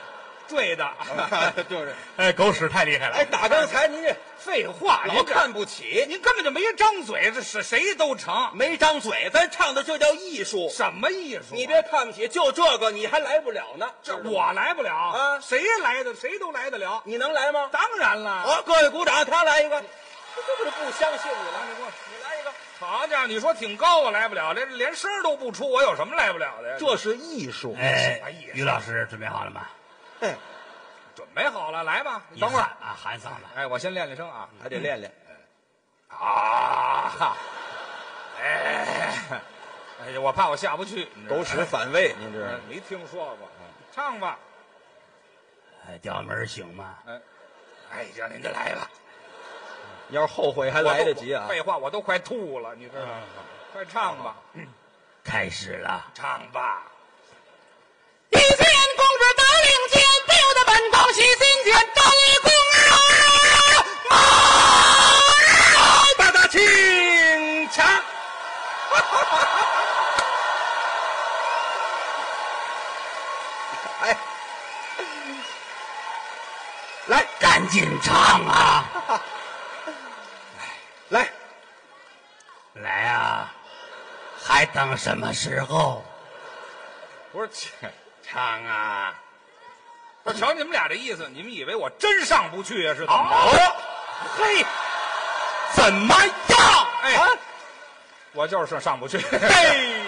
Speaker 4: 对的，
Speaker 3: 的！啊就是，
Speaker 2: 哎，狗屎太厉害了。
Speaker 3: 哎，打刚才您这
Speaker 4: 废话，
Speaker 3: 老
Speaker 4: 您
Speaker 3: 看不起，
Speaker 4: 您根本就没张嘴，这是谁都成。
Speaker 3: 没张嘴，咱唱的这叫艺术。
Speaker 4: 什么艺术啊？
Speaker 3: 你别看不起，就这个你还来不了呢。
Speaker 4: 这
Speaker 3: 知道吗，
Speaker 4: 我来不了
Speaker 3: 啊
Speaker 4: 谁来的谁都来得了，
Speaker 3: 你能来吗？
Speaker 4: 当然了。
Speaker 2: 啊
Speaker 3: 好，各位鼓掌，他来一个，这不是不相信你了？你来一个，
Speaker 4: 好家伙，你说挺高，我来不了，这连声儿都不出，我有什么来不了的呀？
Speaker 3: 这是艺术。
Speaker 2: 哎
Speaker 4: 什么意，思啊
Speaker 2: 于老师准备好了吗？
Speaker 3: 哎，
Speaker 4: 准备好了，来吧，
Speaker 2: 一
Speaker 4: 等会儿。
Speaker 2: 喊啊，喊嗓子。
Speaker 4: 嗯哎，我先练练声啊
Speaker 3: 还得练练。
Speaker 4: 啊！哈，
Speaker 3: 哎，哎呀，我怕我下不去，你知道吗
Speaker 4: 狗屎反胃，您这嗯
Speaker 3: 哎没听说过，唱吧，
Speaker 2: 哎，调门儿行吗？
Speaker 3: 哎，哎，让您就来吧，
Speaker 4: 要是后悔还
Speaker 3: 我都
Speaker 4: 来得及啊！嗯
Speaker 3: 废话，我都快吐了，你知道吗？快唱吧，
Speaker 2: 开始了。
Speaker 3: 唱吧，
Speaker 5: 一见公主到领间，不由得本宫喜心间，周一公啊，
Speaker 3: 大大请强，
Speaker 2: 哎来，赶紧唱啊！
Speaker 4: 来，
Speaker 3: 啊
Speaker 2: 来啊，还等什么时候？
Speaker 3: 不是，切
Speaker 2: 唱啊！
Speaker 3: 不是，瞧你们俩这意思，你们以为我真上不去啊？是怎么着？
Speaker 2: 好，
Speaker 3: 嘿，
Speaker 2: 怎么样？
Speaker 3: 哎，我就是上上不去，嘿，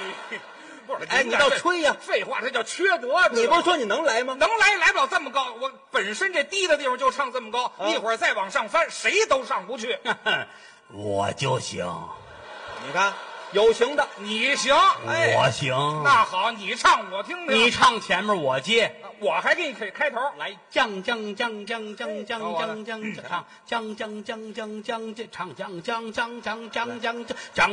Speaker 3: 不是，
Speaker 4: 哎，你倒 吹呀！
Speaker 3: 废话，这叫缺德，
Speaker 4: 你
Speaker 3: 知
Speaker 4: 不
Speaker 3: 道
Speaker 4: 是
Speaker 3: 吗
Speaker 4: 说你能来吗？
Speaker 3: 能来来不了这么高，我本身这低的地方就唱这么高，
Speaker 4: 啊
Speaker 3: 一会儿再往上翻，谁都上不去。
Speaker 2: 我就行，
Speaker 4: 你看，有行的，
Speaker 3: 你行，
Speaker 4: 哎
Speaker 2: 我行。
Speaker 3: 那好，你唱我听听。
Speaker 2: 你唱前面，我接。
Speaker 3: 我还给你开开头，来，
Speaker 2: 将将将将将将将将唱将将将将将唱将将将将将将将将将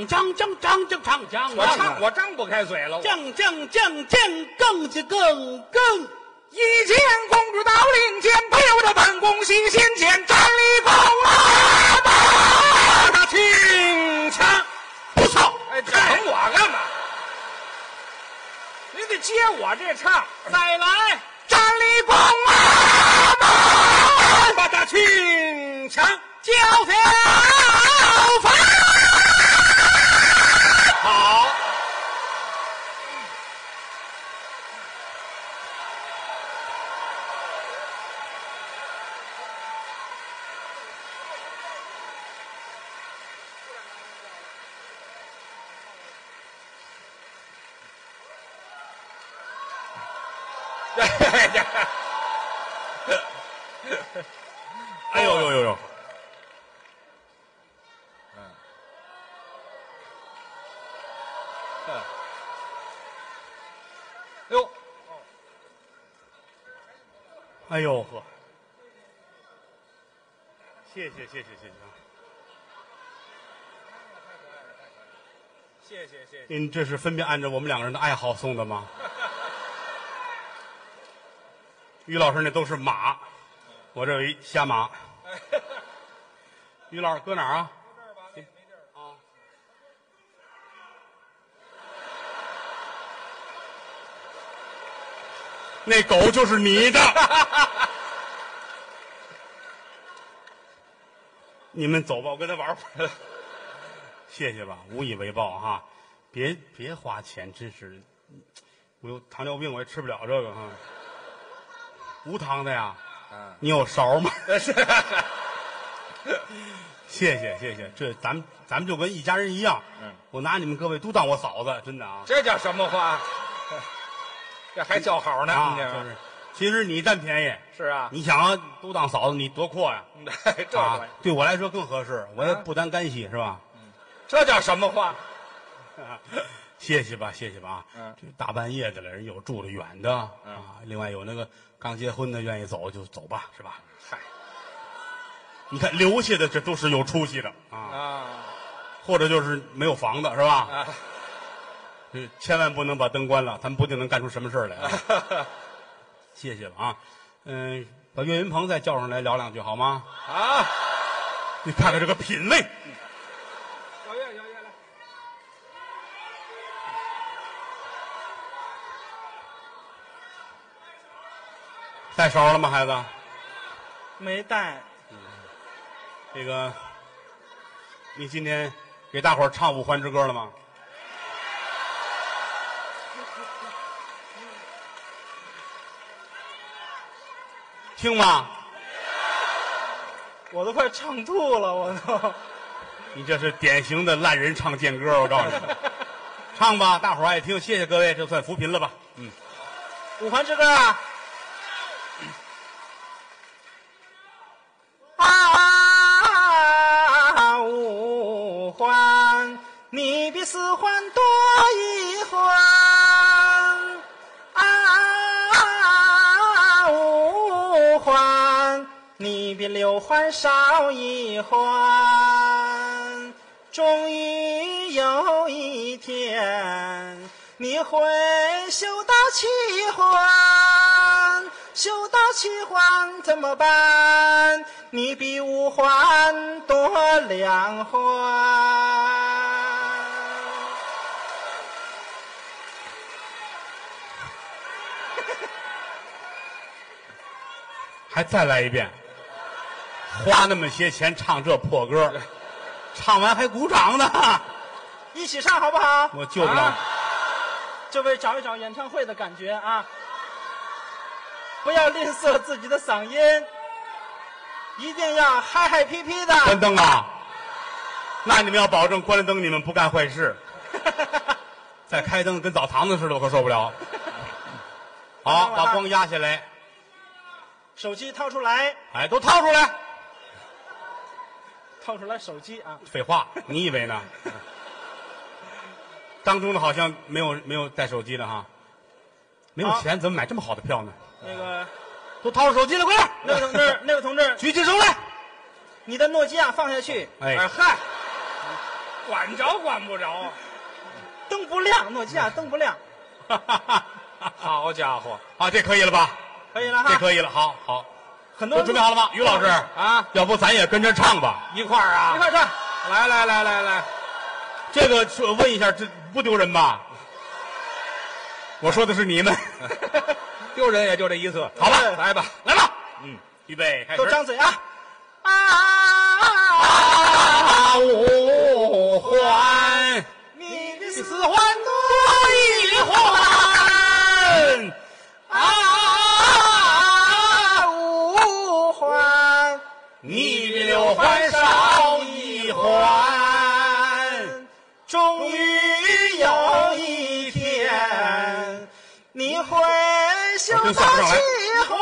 Speaker 2: 将将将唱将
Speaker 3: 我唱我张不开嘴了。我
Speaker 2: 将将将将更是更更
Speaker 3: 一见公主到令间，不由得本宫喜心间，站立宫啊，大大听枪。
Speaker 2: 不唱。
Speaker 3: 哎，这等我干嘛？你得接我这唱，再来，站立宫啊，把他请强。
Speaker 5: 叫小房。
Speaker 3: 好，
Speaker 2: 哎呦呦呦呦！
Speaker 3: 哟，
Speaker 2: 哎呦呵！谢谢谢谢谢啊谢，
Speaker 3: 谢谢谢谢。
Speaker 2: 您嗯这是分别按照我们两个人的爱好送的 吗？于老师那都是马，我这有一瞎 马。于老师搁哪儿啊？
Speaker 3: 啊
Speaker 2: 那狗就是你的。你们走吧，我跟他玩会儿。谢谢吧，无以为报哈、别别花钱，真是，我有糖尿病，我也吃不了这个哈、啊无糖的呀，你有勺吗？ 谢谢谢谢，这咱们咱们就跟一家人一样。我拿你们各位都当我嫂子，真的啊。
Speaker 3: 嗯这叫什么话？ 这还叫好呢？
Speaker 2: 啊，
Speaker 3: 你这
Speaker 2: 就是，其实你占便宜，
Speaker 3: 是啊，
Speaker 2: 你想啊，都当嫂子，你多阔呀、
Speaker 3: 这
Speaker 2: 啊？
Speaker 3: 叫
Speaker 2: 对我来说更合适，我也不担干系，是吧？
Speaker 3: 这叫什么话？
Speaker 2: 谢谢吧，谢谢吧啊！
Speaker 3: 嗯
Speaker 2: 这大半夜的了，人有住的远的啊，另外有那个刚结婚的愿意走就走吧，是吧？
Speaker 3: 嗨
Speaker 2: 你看留下的这都是有出息的啊，
Speaker 3: 啊
Speaker 2: 或者就是没有房的是吧？
Speaker 3: 啊！
Speaker 2: 这千万不能把灯关了，他们不定能干出什么事儿来啊！谢谢吧啊，嗯，把岳云鹏再叫上来聊两句好吗？
Speaker 3: 啊，
Speaker 2: 你看看这个品味。
Speaker 3: 小月，小月来。
Speaker 2: 带勺了吗，孩子？
Speaker 5: 没带，
Speaker 2: 这个，你今天给大伙儿唱《五环之歌》了吗？听吗？
Speaker 5: 我都快唱吐了，我都。
Speaker 2: 你这是典型的烂人唱贱歌，我告诉你。唱吧，大伙儿爱听，谢谢各位，这算扶贫了吧？
Speaker 5: 五环之歌啊！啊，五环，你的
Speaker 3: 啊别六环少一环，终于有一天，你会哎修到七环，修到七环怎么办？你比五环多两环。
Speaker 2: 还再来一遍，花那么些钱唱这破歌， 唱完还鼓掌呢，
Speaker 3: 一起上好不好？
Speaker 2: 我救不了
Speaker 3: 啊就为找一找演唱会的感觉啊！不要吝啬自己的嗓音，一定要嗨嗨皮皮的。
Speaker 2: 关灯啊！那你们要保证关了灯，你们不干坏事。再开灯跟澡堂子似的，我可受不了。 好，把光压下来，
Speaker 3: 手机掏出来，
Speaker 2: 哎，都掏出来。
Speaker 3: 掏出来手机啊！
Speaker 2: 废话，你以为呢？ 当中的好像没有没有带手机的哈，没有
Speaker 3: 好
Speaker 2: 钱怎么买这么好的票呢？
Speaker 3: 那个
Speaker 2: 都掏出手机来，快点！
Speaker 3: 那位同志，那位同志，
Speaker 2: 举起手来。
Speaker 3: 你的诺基亚放下去。
Speaker 2: 哎
Speaker 3: 嗨，
Speaker 2: 管着管不着，
Speaker 3: 灯不亮，诺基亚灯不亮，
Speaker 2: 好家伙！啊，这可以了吧？
Speaker 3: 可以了
Speaker 2: 这
Speaker 3: 哈。
Speaker 2: 可以了，好好，
Speaker 3: 很多
Speaker 2: 都
Speaker 3: 人
Speaker 2: 准备好了吗？于老师
Speaker 3: 啊，
Speaker 2: 要不咱也跟着唱吧？
Speaker 3: 一块儿啊，一块儿唱。来来来来来，
Speaker 2: 这个说问一下，这不丢人吧？我说的是你们，
Speaker 4: 丢人也就这一次。
Speaker 2: 好吧
Speaker 4: 来吧，
Speaker 2: 来吧，嗯，预备，开始。
Speaker 3: 都张嘴啊！
Speaker 2: 啊，五环，
Speaker 3: 你的
Speaker 2: 四环多一环，啊，
Speaker 3: 五环。
Speaker 2: 你比六环少一环。
Speaker 3: 终于有一天，你会修
Speaker 2: 我
Speaker 3: 到
Speaker 2: 真算不上来
Speaker 3: 七环，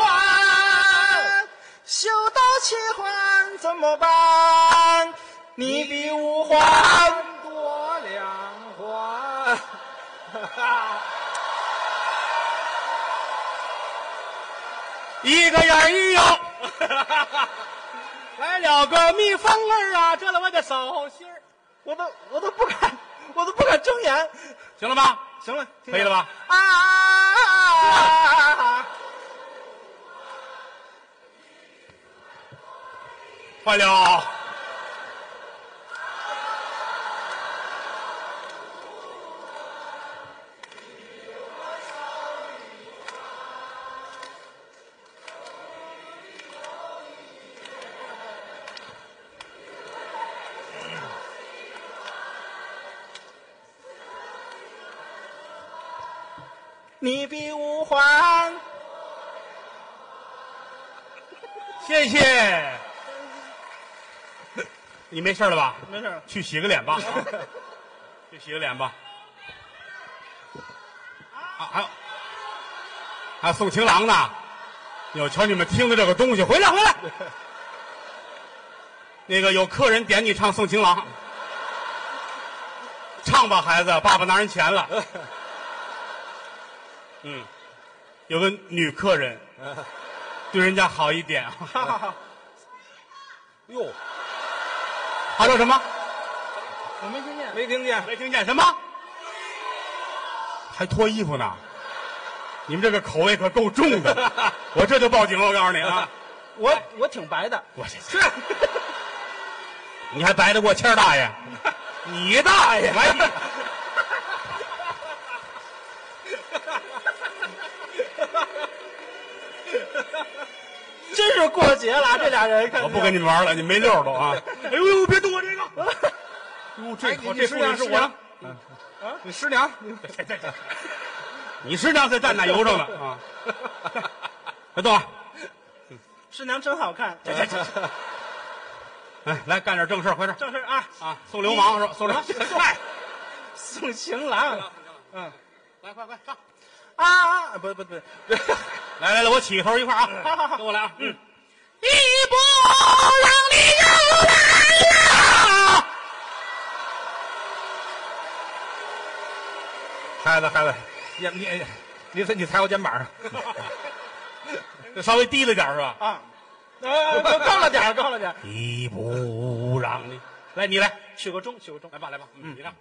Speaker 3: 修到七环怎么办？你比五环多两 环。
Speaker 2: 一个眼儿一摇，来了个蜜蜂儿啊，蛰了我的手心儿。
Speaker 3: 我都我都不敢，我都不敢睁眼。
Speaker 2: 行了吧？
Speaker 3: 行了，
Speaker 2: 可以了吧？
Speaker 3: 啊！
Speaker 2: 换了。
Speaker 3: 你比五环
Speaker 2: 谢谢。 你没事了吧？
Speaker 3: 没事儿。
Speaker 2: 去洗个 脸吧，啊去洗个脸吧。啊，还有还有送情郎呢。有瞧你们听的这个东西，回来回 来。那个有客人点你唱《送情郎》，唱吧，孩子，爸爸拿人钱了。嗯，有个女客人，对人家好一点。
Speaker 3: 好好好，
Speaker 4: 哟，
Speaker 2: 他说什么？
Speaker 3: 我没听见。
Speaker 4: 没听见，
Speaker 2: 没听见什么？还脱衣服呢？你们这个口味可够重的，我这就报警了。我告诉你啊，
Speaker 3: 我我挺白的，
Speaker 2: 我这是， 你还白得过谦儿大爷？哎你大爷！
Speaker 3: 真是过节了，这俩人看
Speaker 2: 我不跟你们玩了，你没溜儿都啊！哎呦呦，别动我这个！哟，哦
Speaker 4: 哎
Speaker 3: 哎
Speaker 2: 这口这姑娘是我的，啊
Speaker 3: 你师 娘，你
Speaker 2: 你是娘在站那油上了啊！ 别动啊！
Speaker 3: 师娘真好看。
Speaker 2: 哎，来干点正事儿，快点
Speaker 3: 正事儿啊，
Speaker 2: 啊！送流氓是吧？送流氓，哎快！
Speaker 3: 送情郎。嗯，
Speaker 2: 来快快上！
Speaker 3: 啊，不不不，
Speaker 2: 来来来，我起个头一块儿啊！
Speaker 3: 好好好
Speaker 2: 跟我来啊！嗯，
Speaker 5: 一波浪你又来了，
Speaker 4: 孩子孩子，你你你踩你踩我肩膀上，
Speaker 2: 啊这稍微低了点儿是吧？
Speaker 3: 啊，
Speaker 2: 呃，高了点儿高了点儿
Speaker 4: 一不让你来，你来续个钟，续个钟，来吧，来吧，嗯，你让。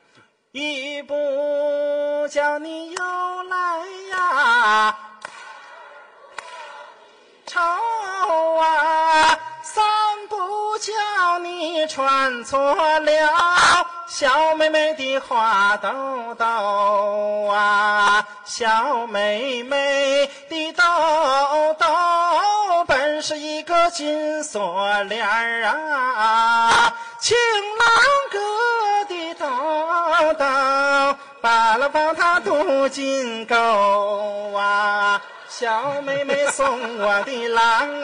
Speaker 2: 一不叫你又来呀，愁啊！三不叫你穿错了小妹妹的花兜兜啊，小妹妹的兜兜本是一个金锁链儿啊，情郎哥的兜兜把了把它镀金钩啊。小妹妹送我的 郎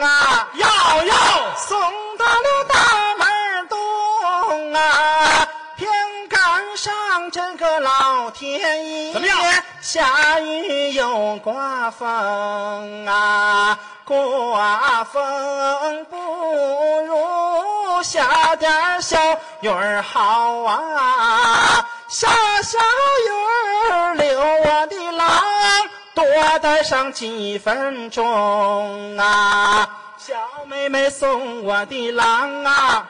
Speaker 2: 啊，要要送到了大门东啊，偏赶上这个老天爷，
Speaker 4: 怎么样
Speaker 2: 下雨又刮风啊，刮风不如下点儿小雨儿好啊，下小雨儿留我的郎。多待上几分钟啊，小妹妹送我的郎啊，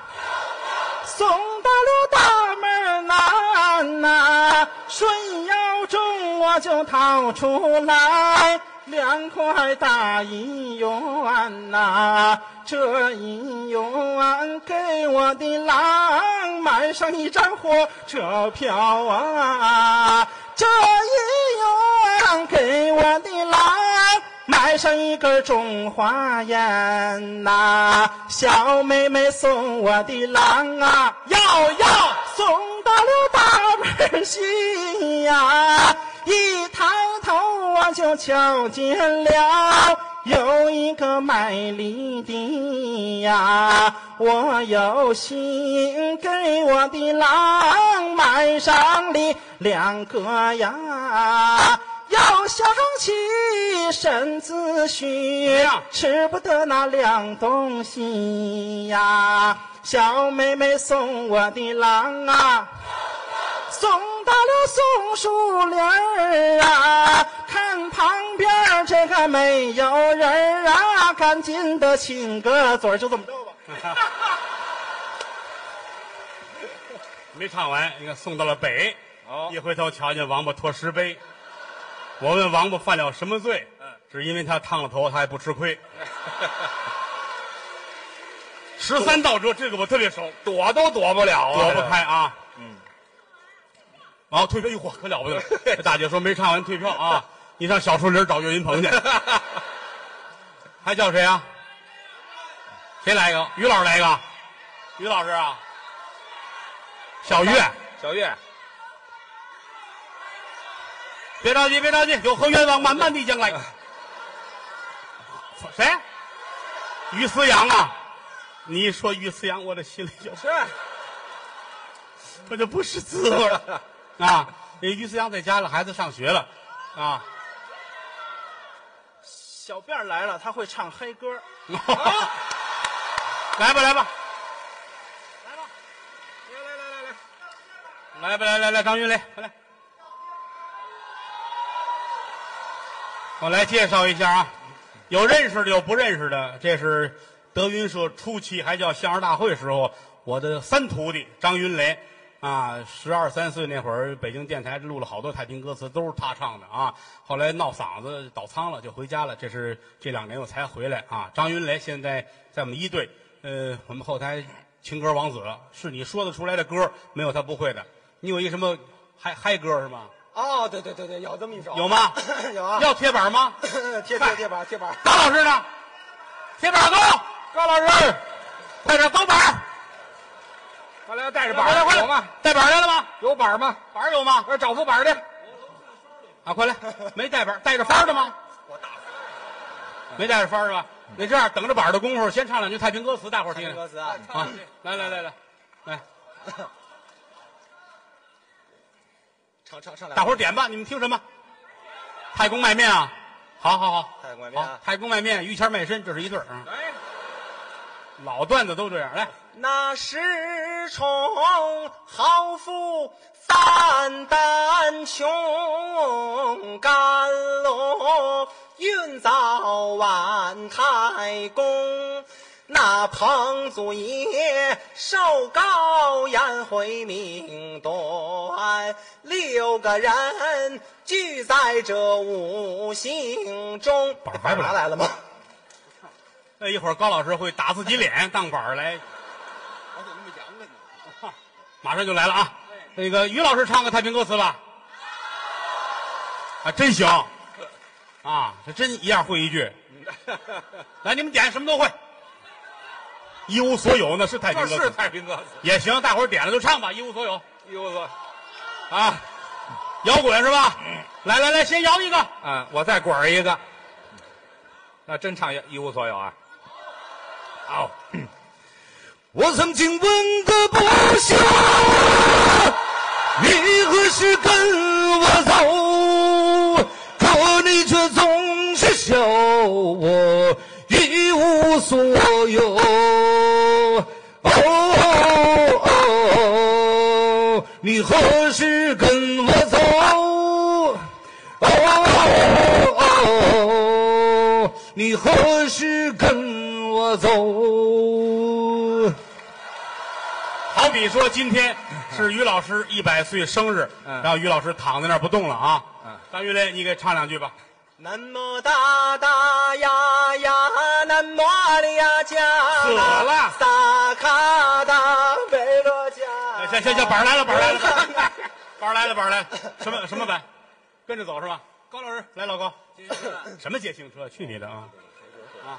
Speaker 2: 送到了大门南呐、顺腰中我就掏出来两块大银元呐、这银元给我的郎买上一张火车票啊，这银元给我的郎。买上一根中华烟呐、小妹妹送我的郎啊，要要送到了大门西呀、一抬头我就瞧见了。有一个卖梨的呀，我有心给我的郎买上梨两个呀。要想起身子虚
Speaker 4: 呀，
Speaker 2: 吃不得那凉东西呀。小妹妹送我的郎啊，送到了松树林儿啊，看旁边儿这个没有人儿啊，赶紧的亲个嘴儿，就这么着吧。
Speaker 4: 没唱完，你看送到了北，
Speaker 3: 哦
Speaker 4: 一回头瞧见王八拖石碑，我问王八犯了什么罪，只因为他烫了头，他还不吃 亏。十三道辙，这个我特别熟，
Speaker 3: 躲都躲不了啊，
Speaker 4: 躲不开啊。嗯，然后退票，哎呦嚯，可了不得了！这大姐说没唱完退票啊，你上小树林找岳云鹏去。还叫谁啊？谁来一个？于老师来一个。于老师啊，小岳。
Speaker 3: 这个。小月，
Speaker 4: 别着急，别着急，有何冤枉，慢慢地将来。谁？于思洋啊！你一说于思洋，我这心里就是我就不识字了啊！那于思洋在家了，孩子上学了啊。
Speaker 2: 小辫儿来了，他会唱黑歌儿。
Speaker 4: 来吧，来吧，来
Speaker 2: 来来来来来，
Speaker 4: 吧，来来来，张云雷，快来！我来介绍一下啊，有认识的，有不认识的。这是德云社初期还叫相声大会时候，我的三徒弟张云雷啊，十二三岁那会儿，北京电台录了好多太平歌词，都是他唱的啊。后来闹嗓子倒仓了，就回家了。这是这两年我才回来啊。张云雷现在在我们一队，呃，我们后台情歌王子，是你说得出来的歌，没有他不会的。你有一什么嗨嗨歌是吗？
Speaker 3: 哦，对对对对，有这么一首，
Speaker 4: 有吗？
Speaker 3: 有啊，
Speaker 4: 要铁板吗？
Speaker 3: 贴贴贴板贴板，
Speaker 4: 高老师呢？铁板高，高老师，快点高板儿，
Speaker 2: 快来带着
Speaker 4: 快来
Speaker 2: 儿
Speaker 4: 快
Speaker 2: 有吗
Speaker 4: 来？，带板儿来了吗？
Speaker 2: 有板儿吗？
Speaker 4: 板儿有吗？
Speaker 2: 我找副板儿去。
Speaker 4: 啊，快来，没带板儿，带着幡儿的吗？ 没带着幡儿是吧？那这样，等着板儿的功夫，先唱两句太平歌词，大伙儿听听。
Speaker 3: 歌词啊，
Speaker 4: 啊，来来来来，来，
Speaker 3: 唱唱唱两
Speaker 4: 大
Speaker 3: 句，
Speaker 4: 伙儿点吧，你们听什么？太公卖面啊，好好好，
Speaker 3: 太公卖面啊
Speaker 4: 好太公卖面，于谦卖身，这是一对儿啊，
Speaker 2: 哎，
Speaker 4: 老段子都这样。来，
Speaker 2: 那时宠豪富三担穷，甘露运早晚太公。
Speaker 3: 那彭祖爷寿高延回命短，六个人聚在这五行中。
Speaker 2: 板儿还不来
Speaker 3: 板儿来了吗？
Speaker 2: 那一会儿高老师会打自己脸当板儿来，
Speaker 3: 我怎么那么洋呢？
Speaker 2: 马上就来了啊！那个于老师唱个太平歌词吧，啊，真行，啊，这真一样会一句。来，你们点什么都会，一无所有那是太平
Speaker 4: 这
Speaker 2: 歌
Speaker 4: 是
Speaker 2: 词
Speaker 4: 太平歌词，
Speaker 2: 也行，大伙儿点了就唱吧，一无所有
Speaker 4: 哟呵，
Speaker 2: 啊，摇滚是吧？
Speaker 6: 嗯
Speaker 2: 来来来，先摇一个，
Speaker 4: 啊，我再滚儿一个，那真唱一一无所有啊！
Speaker 2: 好，
Speaker 6: 我曾经问个不休，你何时跟我走？可你却总是笑我一无所有。哦哦，你何时跟我走？哦哦，你何时跟我走？
Speaker 2: 好比说今天是于老师一百岁生日，然后于老师躺在那儿不动了啊，张云雷，你给唱两句 吧。
Speaker 3: 南无大大呀呀，南无阿里呀加，
Speaker 2: 死了
Speaker 3: 萨卡达贝罗加。
Speaker 2: 行行行，板儿来了，板儿来 了，板儿来了，板儿来了，什么什么板？跟着走是吧？高老师，来老高，什么接行车？去你的啊！呃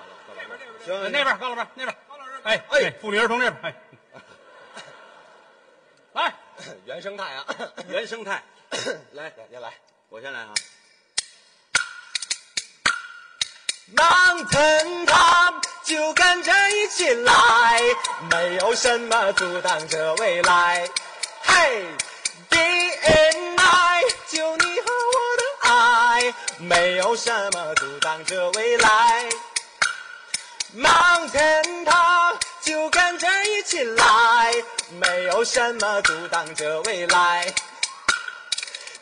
Speaker 3: 行，
Speaker 2: 那边高老师，那边嗯高老师，哎哎，妇女儿童这边，哎， 来，
Speaker 3: 原生 态啊，
Speaker 2: 原生态，
Speaker 3: 来，您来。
Speaker 2: 我先来啊！
Speaker 3: 浪腾他就跟着一起来，没有什么阻挡着未来。嘿，DNA 就你和我的爱，没有什么阻挡着未来。往前他就跟着一起来，没有什么阻挡着未来。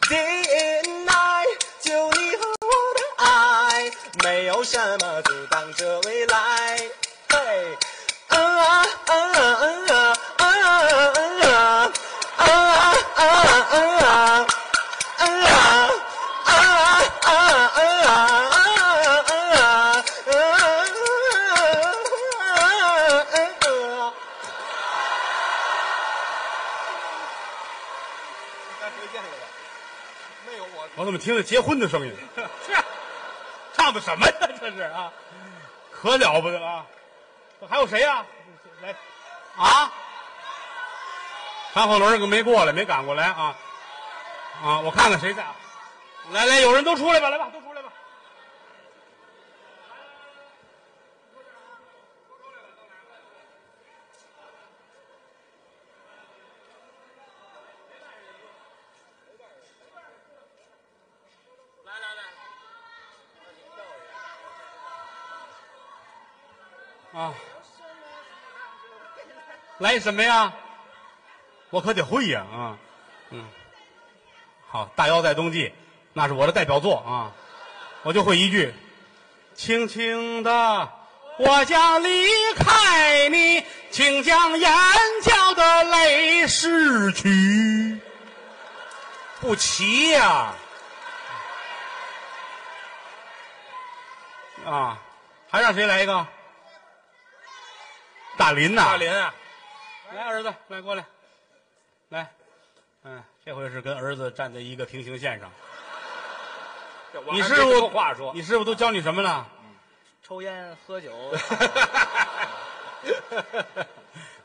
Speaker 3: DNA 就你和我的爱，没有什么阻挡着未来。嘿，啊啊啊啊啊啊啊啊啊啊！啊啊啊啊啊啊！
Speaker 2: 我怎么听着结婚的声音？是，唱的什么呀？这是啊，可了不得了啊！还有谁呀？来，啊！张鹤伦可没过来，没赶过来啊！啊，我看看谁在啊？来来，有人都出来吧，来吧，都出来吧。啊，来什么呀？我可得会呀啊，嗯，好，大腰在冬季，那是我的代表作啊，我就会一句，轻轻的，我将离开你，请将眼角的泪拭去，不齐呀、啊，还让谁来一个？大林呐、
Speaker 4: 大林啊，
Speaker 2: 来，儿子，来过来，来，嗯，这回是跟儿子站在一个平行线上。
Speaker 4: 这我
Speaker 2: 你
Speaker 4: 还
Speaker 2: 师
Speaker 4: 没什
Speaker 2: 傅
Speaker 4: 么话说，
Speaker 2: 你师傅都教你什么了？
Speaker 3: 抽烟 喝酒，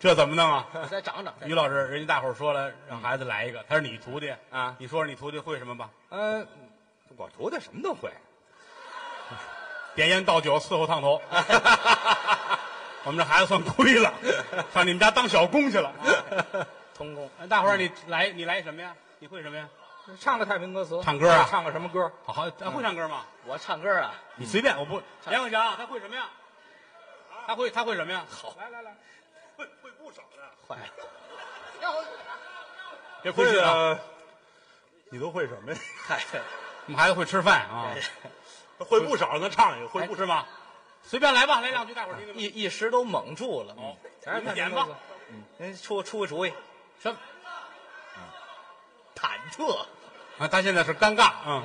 Speaker 2: 这怎么 弄啊？
Speaker 3: 再长长。
Speaker 2: 于老师，人家大伙儿说了，让孩子来一个，他是你徒弟
Speaker 4: 啊
Speaker 2: 你说说你徒弟会什么吧？
Speaker 4: 嗯，我徒弟什么都会，
Speaker 2: 点烟倒酒，伺候 烫头。我们这孩子算亏了，上你们家当小工去了。 啊
Speaker 3: 童工，
Speaker 2: 大伙儿，你来，你来什么呀？你会什么呀？
Speaker 4: 唱个太平歌词，
Speaker 2: 唱歌啊
Speaker 4: 唱个什么歌？
Speaker 2: 好好，咱会唱歌吗？
Speaker 3: 我唱歌啊，
Speaker 2: 你随便，我不。梁永祥他会什么呀？啊他会他会什么呀？好，来来来，会会不少的，
Speaker 3: 坏了，
Speaker 2: 别亏虚了。
Speaker 4: 呃，
Speaker 2: 啊你都会什么呀？
Speaker 3: 嗨，
Speaker 2: 我们孩子会吃饭啊，
Speaker 3: 哎
Speaker 2: 会不少，能唱一个，会
Speaker 3: 不
Speaker 2: 是吗？随便来吧，来两句，大伙儿听听吧。
Speaker 3: 一一时都蒙住了。嗯
Speaker 2: 哦
Speaker 7: 哎
Speaker 2: 你们演吧，
Speaker 3: 您嗯出出个主意，嗯
Speaker 2: 什么？
Speaker 3: 忐忑，
Speaker 2: 啊，他现在是尴尬，嗯，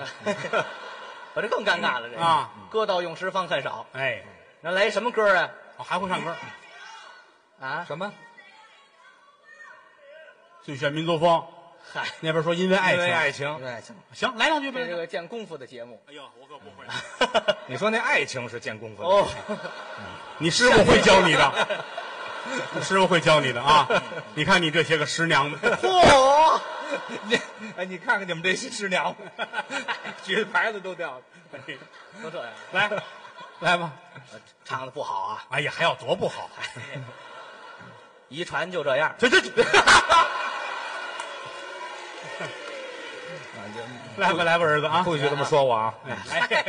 Speaker 3: 我这更尴尬了。这个
Speaker 2: 啊，
Speaker 3: 歌到用时方恨少。
Speaker 2: 哎，
Speaker 3: 那来什么歌啊？
Speaker 2: 我还会唱歌，
Speaker 3: 啊，
Speaker 8: 什么？
Speaker 2: 最炫民族风。
Speaker 3: 嗨，
Speaker 2: 那边说因为爱
Speaker 7: 因为
Speaker 2: 情，
Speaker 7: 爱情，
Speaker 3: 对，行，
Speaker 2: 行，来两句
Speaker 3: 这
Speaker 2: 呗
Speaker 3: 是。个见功夫的节目。
Speaker 2: 哎呦，我可不会，
Speaker 7: 你说那爱情是见功夫的
Speaker 3: 哦，
Speaker 2: 你师傅会教你的，你师傅会教你的啊！你看你这些个师娘 们，
Speaker 3: 嚯，
Speaker 7: 你哎，你看看你们这些师娘们，举的牌子都掉了。
Speaker 3: 都这样，
Speaker 2: 来，来吧。
Speaker 3: 唱的不好啊，
Speaker 2: 哎呀，还要多不好？
Speaker 3: 遗传就这 样。
Speaker 2: 这 这，这
Speaker 8: 啊
Speaker 2: 来吧来吧，儿子啊！
Speaker 8: 不许这么说我啊！
Speaker 2: 哎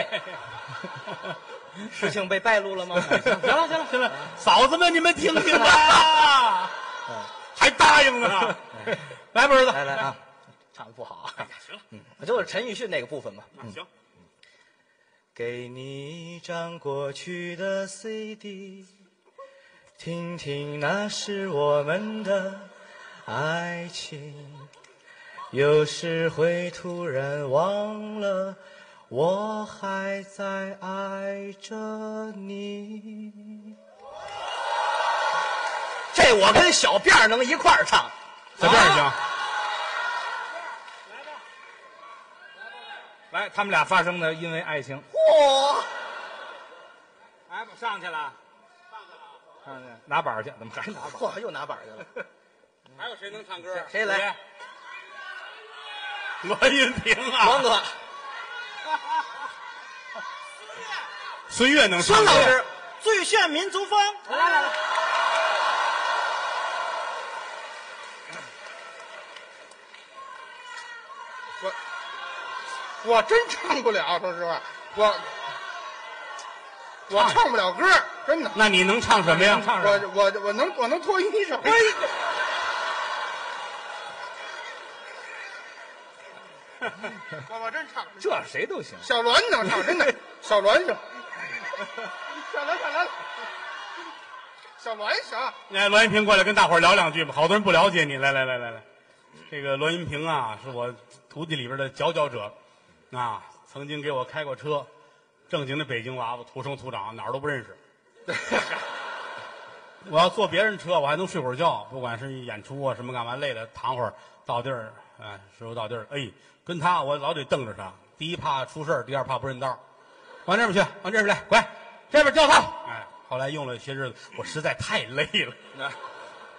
Speaker 3: 事情被败露了吗？
Speaker 2: 行了行了行了，嫂子们你们听 听吧，还答应呢。来吧，儿子，
Speaker 3: 来来啊，唱的不好啊，
Speaker 2: 行了，
Speaker 3: 我就是陈奕迅那个部分嘛。嗯
Speaker 2: 那行，
Speaker 3: 给你一张过去的 CD，听听那是我们的爱情。有时会突然忘了，我还在爱着你。这我跟小辫儿能一块儿唱，啊
Speaker 2: 在这儿行。
Speaker 7: 来，他们俩发生的因为爱情，
Speaker 9: 哦
Speaker 3: 嚯！
Speaker 7: 哎，上去了，上去了，拿板儿去，怎么还拿板儿？
Speaker 3: 嚯，又拿板儿去了。
Speaker 2: 还有谁能唱歌啊？
Speaker 3: 谁来？
Speaker 2: 罗云平啊，
Speaker 3: 王哥，
Speaker 2: 孙悦能唱
Speaker 3: 孙
Speaker 2: 歌
Speaker 3: 老师，最炫民族风。来来来，
Speaker 10: 我真唱不了，说实话，我我唱不了歌，真的。
Speaker 2: 那你能唱什么呀？
Speaker 7: 唱什么？哎
Speaker 10: 我我我能我能脱衣裳， 我我真唱不了。
Speaker 7: 这谁都行。
Speaker 10: 小栾能唱， 真的，小栾行。小栾，小栾，小啊栾行。
Speaker 2: 来，罗云平过来跟大伙儿聊两句吧，好多人不了解你。来来来来来，这个罗云平啊，是我徒弟里边的佼佼者，啊，曾经给我开过车，正经的北京娃娃，土生土长，哪儿都不认识。 我要坐别人车，我还能睡会儿觉，不管是演出啊什么干嘛，累了躺会儿，到地儿，哎，师傅到地儿，哎，跟他我老得瞪着他，第一怕出事儿，第二怕不认道儿，往这边去，往这边来，乖，这边叫他，哎，后来用了些日子，我实在太累了。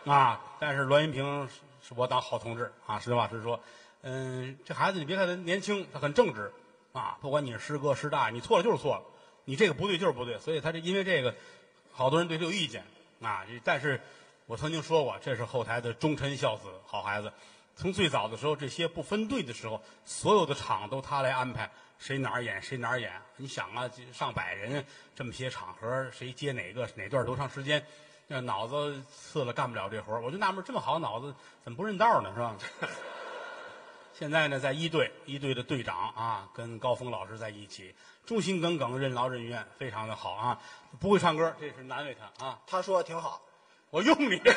Speaker 2: 啊，但是栾云平是是我当好同志啊，实话实说，嗯，这孩子你别看他年轻，他很正直啊，不管你是师哥师大，你错了就是错了，你这个不对就是不对，所以他这因为这个，好多人对他有意见啊。这但是我曾经说过，这是后台的忠臣孝子，好孩子。从最早的时候，这些不分队的时候，所有的场都他来安排，谁哪儿演谁哪儿演。你想啊，这上百人这么些场合，谁接哪个哪段多长时间，那脑子次了干不了这活儿我就纳闷，这么好脑子怎么不认道呢？是吧？ 现在呢，在一队一队的队长啊，跟高峰老师在一起，忠心耿耿、任劳任怨，非常的好啊。不会唱歌，这是难为他啊。
Speaker 3: 他说的挺好。
Speaker 2: 我用你，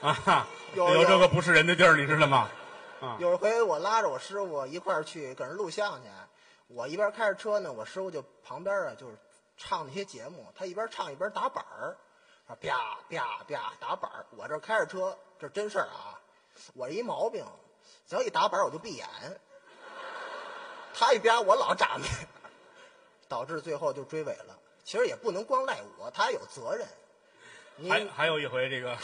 Speaker 2: 嗨啊，
Speaker 9: 有
Speaker 2: 有这
Speaker 9: 有
Speaker 2: 个不是人的地儿，你知道吗？
Speaker 9: 有一回我拉着我师傅一块儿去给人录像去，我一边开着车呢，我师傅就旁边啊就是唱那些节目，他一边唱一边打板儿，啊啪啪啪打板儿。我这开着车，这真事儿啊，我这一毛病，只要一打板儿我就闭眼，他一啪我老眨眼，导致最后就追尾了。其实也不能光赖我，他有责任。你
Speaker 2: 还还有一回，这个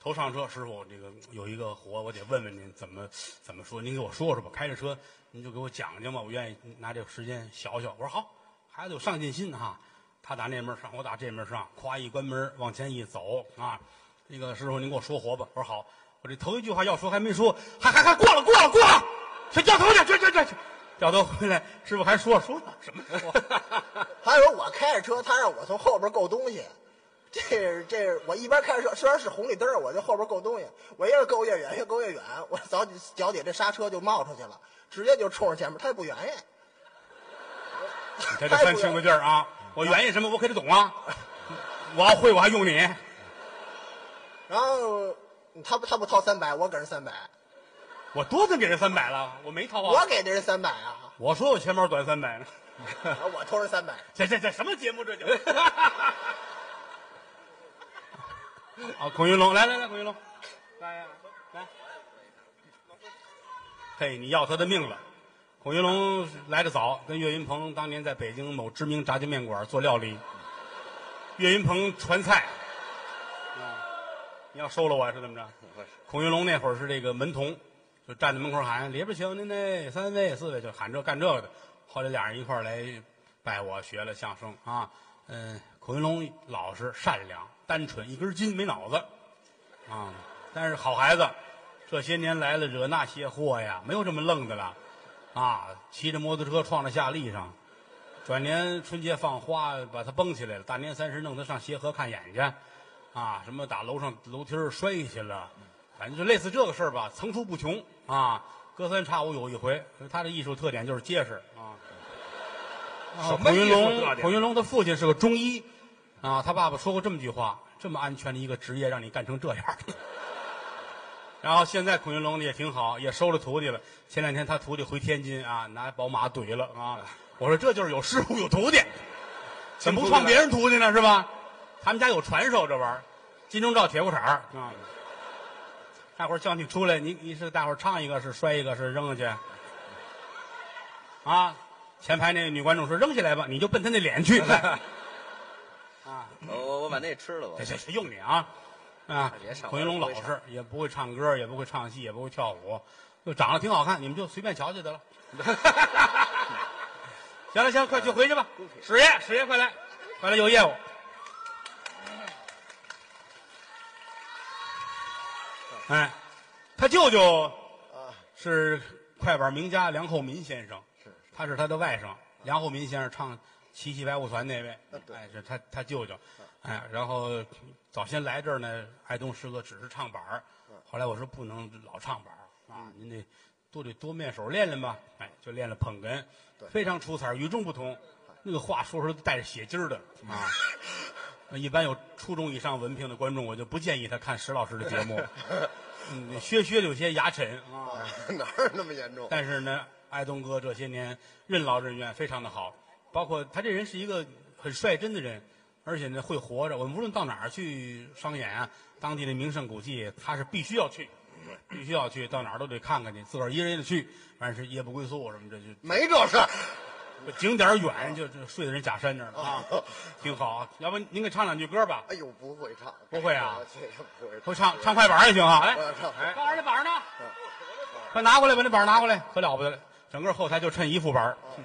Speaker 2: 头上车，师傅，这个有一个活，我得问问您怎么怎么说，您给我说说吧。开着车，您就给我讲讲吧，我愿意拿这个时间学学。我说好，孩子有上进心哈。他打那门上，我打这门上，咵一关门，往前一走啊。那个师傅，您给我说活吧。我说好，我这头一句话要说还没说，还还还过了过了过了，去掉头去去去去去，掉头回来，师傅还说说呢什么 说？
Speaker 9: 还有我开着车，他让我从后边够东西，这是这是我一边开着车，虽然是红绿灯儿，我就后边够东西，我越够越远，越够越远，我早底脚底这刹车就冒出去了，直接就冲着前面，他也不愿意，
Speaker 2: 你看这三清的地儿啊，我原因什么我可得懂啊，我要会我还用你。
Speaker 11: 然后他不他不掏三百，我给人三百，
Speaker 2: 我多次给人三百了，我没掏啊。
Speaker 11: 我给的人三百啊，
Speaker 2: 我说我钱包短三百呢。
Speaker 11: 我偷人三百，
Speaker 2: 这这这什么节目这就？ 啊，孔云龙，来来来，孔云龙，来呀，来。嘿，你要他的命了。孔云龙来的早，跟岳云鹏当年在北京某知名炸酱面馆做料理，岳云鹏传菜。啊，你要收了我是怎么着？孔云龙那会儿是这个门童，就站在门口喊“里边请，您这三位四位”，就喊这干这个的。后来俩人一块儿来拜我学了相声啊。嗯，孔云龙老实善良、单纯，一根筋没脑子啊，但是好孩子。这些年来了，惹那些祸呀，没有这么愣的了，啊，骑着摩托车撞到夏利上，转年春节放花把他绷起来了，大年三十弄他上协和看眼去，啊，什么打楼上楼梯儿摔下去了，反正就类似这个事儿吧，层出不穷啊，隔三差五有一回。他的艺术特点就是结实啊。啊
Speaker 3: 哦什么
Speaker 2: 孔云
Speaker 3: 艺术
Speaker 2: 龙
Speaker 3: 特点
Speaker 2: 孔云龙他父亲是个中医，啊，他爸爸说过这么句话：这么安全的一个职业，让你干成这样儿。然后现在孔云龙也挺好，也收了徒弟了。前两天他徒弟回天津啊，拿宝马怼了啊。我说这就是有师傅有徒弟，怎么不创别人徒弟呢？是吧？他们家有传授这玩意儿，金钟罩铁裤衩儿啊。大伙儿叫你出来，你你是大伙儿唱一个，是摔一个，是扔下去。啊，前排那女观众说扔下来吧，你就奔他那脸去。来
Speaker 4: 我
Speaker 3: 哦
Speaker 4: 我我把那吃了吧哎
Speaker 2: 这。
Speaker 9: 哎
Speaker 2: 这这用你啊啊
Speaker 4: 别！上
Speaker 2: 孔云龙
Speaker 4: 我
Speaker 2: 老
Speaker 4: 不会
Speaker 2: 实，也不会唱歌，也不会唱戏，也不会跳舞，就长得挺好看，你们就随便瞧瞧得了。行了行了，快去回去吧。
Speaker 4: 嗯
Speaker 2: 史爷，史爷，快来，快来有业务。哎，他舅舅
Speaker 4: 啊
Speaker 2: 是快板名家梁厚民先生，他是他的外甥。梁厚民先生唱《七七白舞团》那位，哎，是他他舅舅，哎，然后早先来这儿呢，爱东师哥只是唱板儿，后来我说不能老唱板儿啊，您得都得多面手练练吧，哎，就练了捧哏，非常出彩，与众不同。那个话说出来都带着血筋儿的啊。 一般有初中以上文凭的观众，我就不建议他看石老师的节目，嗯，削削的有些牙碜啊。
Speaker 9: 哪有那么严重？
Speaker 2: 但是呢，爱东哥这些年任劳任怨，非常的好。包括他这人是一个很率真的人，而且呢会活着。我们无论到哪儿去商演啊，当地的名胜古迹，他是必须要去，必须要去，到哪儿都得看看去，自个儿一人也得去。完是夜不归宿什么，这就
Speaker 9: 没这事儿，
Speaker 2: 景点儿远，就就睡在人假山那儿了啊，挺好啊。要不您给唱两句歌吧？
Speaker 9: 哎呦，不会唱，
Speaker 2: 不会啊
Speaker 9: 这个不会
Speaker 2: 会唱唱快板儿也行啊。来，
Speaker 9: 我唱哎
Speaker 2: 高二那板儿呢？快拿过来，把那板儿拿过来，可了不得了。整个后台就趁一副板儿，嗯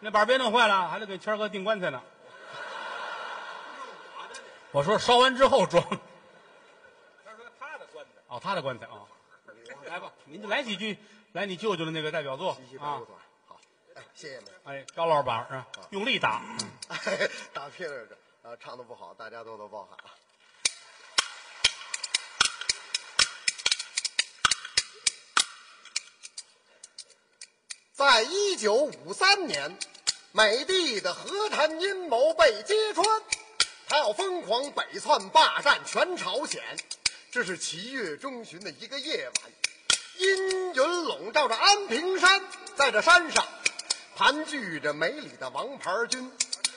Speaker 2: 那板儿别弄坏了，还得给谦儿哥订棺材呢。我说烧完之后装。他说他的棺材。哦，他的棺材啊。来吧，您就来几句，来你舅舅的那个代表作
Speaker 9: 七七八
Speaker 2: 啊
Speaker 9: 路。团，好，哎，谢谢你。
Speaker 2: 哎，高老板儿啊，用力打。
Speaker 9: 哎， 打屁了这，啊，唱的不好，大家多多包涵啊。在一九五三年，美帝的和谈阴谋被揭穿，他要疯狂北窜霸占全朝鲜。这是七月中旬的一个夜晚，阴云笼罩着安平山，在这山上盘踞着美里的王牌军，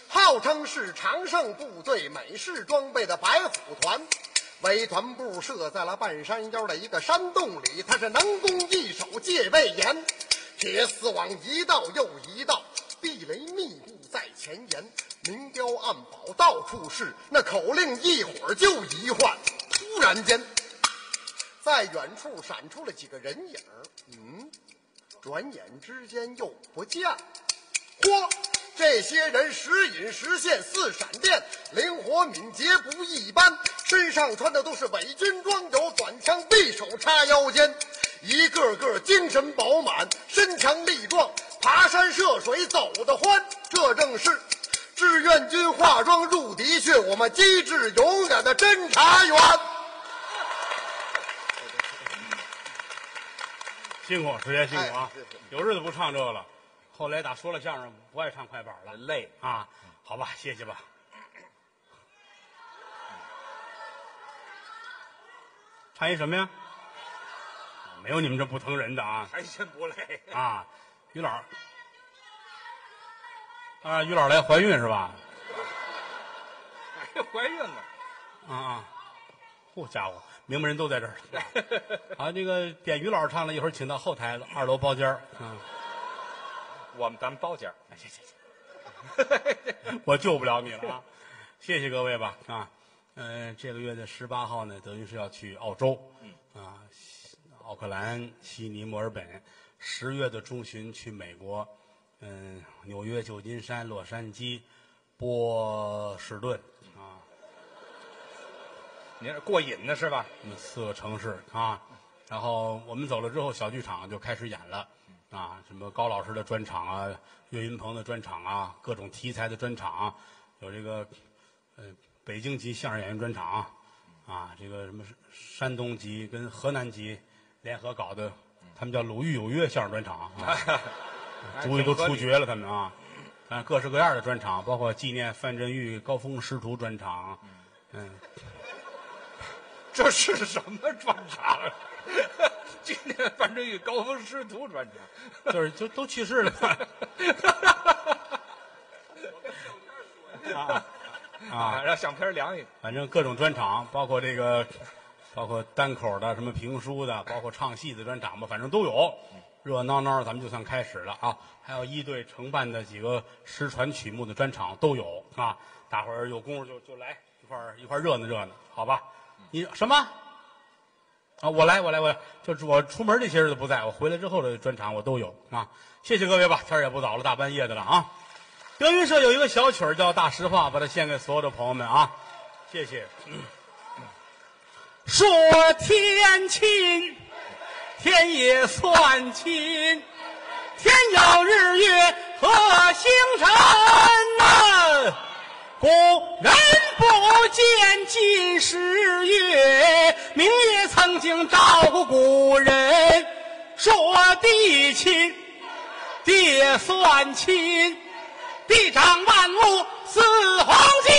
Speaker 9: 号称是常胜部队美式装备的白虎团。为团部设在了半山腰的一个山洞里，他是能攻易守，戒备严，铁丝网一道又一道，地雷密布在前沿，明标暗保到处是，那口令一会儿就一换。突然间，在远处闪出了几个人影儿嗯，转眼之间又不见了。嚯！这些人时隐时现，似闪电，灵活敏捷不一般。身上穿的都是伪军装，有短枪匕首插腰间，一个个精神饱满，身强力壮，爬山涉水走得欢。这正是志愿军化妆入敌穴，我们机智勇敢的侦察员。
Speaker 2: 辛苦，师爷辛苦啊
Speaker 9: 哎是是！
Speaker 2: 啊有日子不唱这个了。后来打说了相声，不爱唱快板了，
Speaker 4: 累
Speaker 2: 啊。好吧，谢谢吧。唱一什么呀？没有你们这不疼人的啊
Speaker 3: 哎
Speaker 4: 还真不累。
Speaker 2: 啊！于老，啊，于老来怀孕是吧？
Speaker 3: 哎，怀孕了，
Speaker 2: 啊啊！好家伙，明白人都在这儿了。啊，这个点于老师唱了一会儿，请到后台二楼包间儿。嗯，
Speaker 3: 我们咱们包间儿
Speaker 2: 哎行行行， 我救不了你了啊！谢谢各位吧啊。嗯、这个月的十八号呢，德云是要去澳洲，啊，西奥克兰、悉尼、墨尔本。十月的中旬去美国，嗯，纽约、旧金山、洛杉矶、波士顿啊，
Speaker 3: 您是过瘾呢是吧？
Speaker 2: 我们四个城市啊。然后我们走了之后，小剧场就开始演了啊，什么高老师的专场啊，岳云鹏的专场啊，各种题材的专场啊，有这个呃北京籍相声演员专场啊啊，这个什么山东籍跟河南籍联合搞的，他们叫鲁豫有约相声专场啊，
Speaker 9: 哎
Speaker 2: 主意都出绝了他们啊。啊，各式各样的专场，包括纪念范振钰高峰师徒专场，嗯，
Speaker 3: 这是什哎么专场？ 今天反正与高峰师徒专场，
Speaker 2: 就是就都去世了。啊啊！
Speaker 3: 让相片凉一点。
Speaker 2: 反正各种专场，包括这个，包括单口的、什么评书的，包括唱戏的专场吧，反正都有。热热闹闹的，咱们就算开始了啊！还有一队承办的几个实传曲目的专场都有啊！大伙儿有功夫就就来一块儿一块儿热闹热闹，好吧？你什么？啊，我来，我来，我来，就是我出门这些日子不在，我回来之后的专场我都有啊。谢谢各位吧，天儿也不早了，大半夜的了啊。德云社有一个小曲儿叫《大实话》，把它献给所有的朋友们啊，谢谢。说天亲，天也算亲，天有日月和星辰呐、古人不见近时月，明月曾经照顾古人。说地亲，地也算亲，地长万物似黄金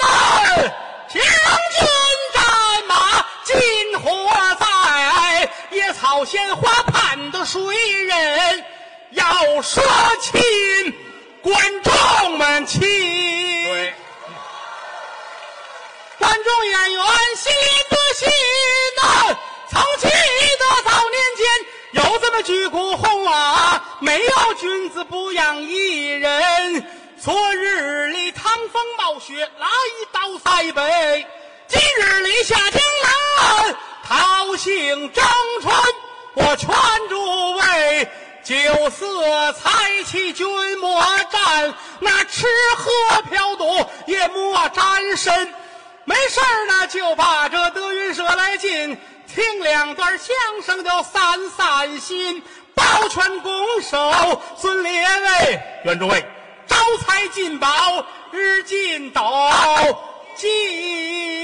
Speaker 2: 呐、行军战马金火在，野草鲜花盼的谁人？要说亲，观众们亲。
Speaker 9: 哎
Speaker 3: 对，
Speaker 2: 观众演员心连着心呐、曾记得早年间有这么句古话、啊：没有君子不养艺人。昨日里趟风冒雪来到塞北，今日里下江南桃杏争春。我劝诸位。酒色财气君莫沾，那吃喝嫖赌也莫沾身。没事儿呢，就把这德云社来进，听两段相声就散散心。抱拳拱手，尊列位，愿诸位招财进宝，日进斗金。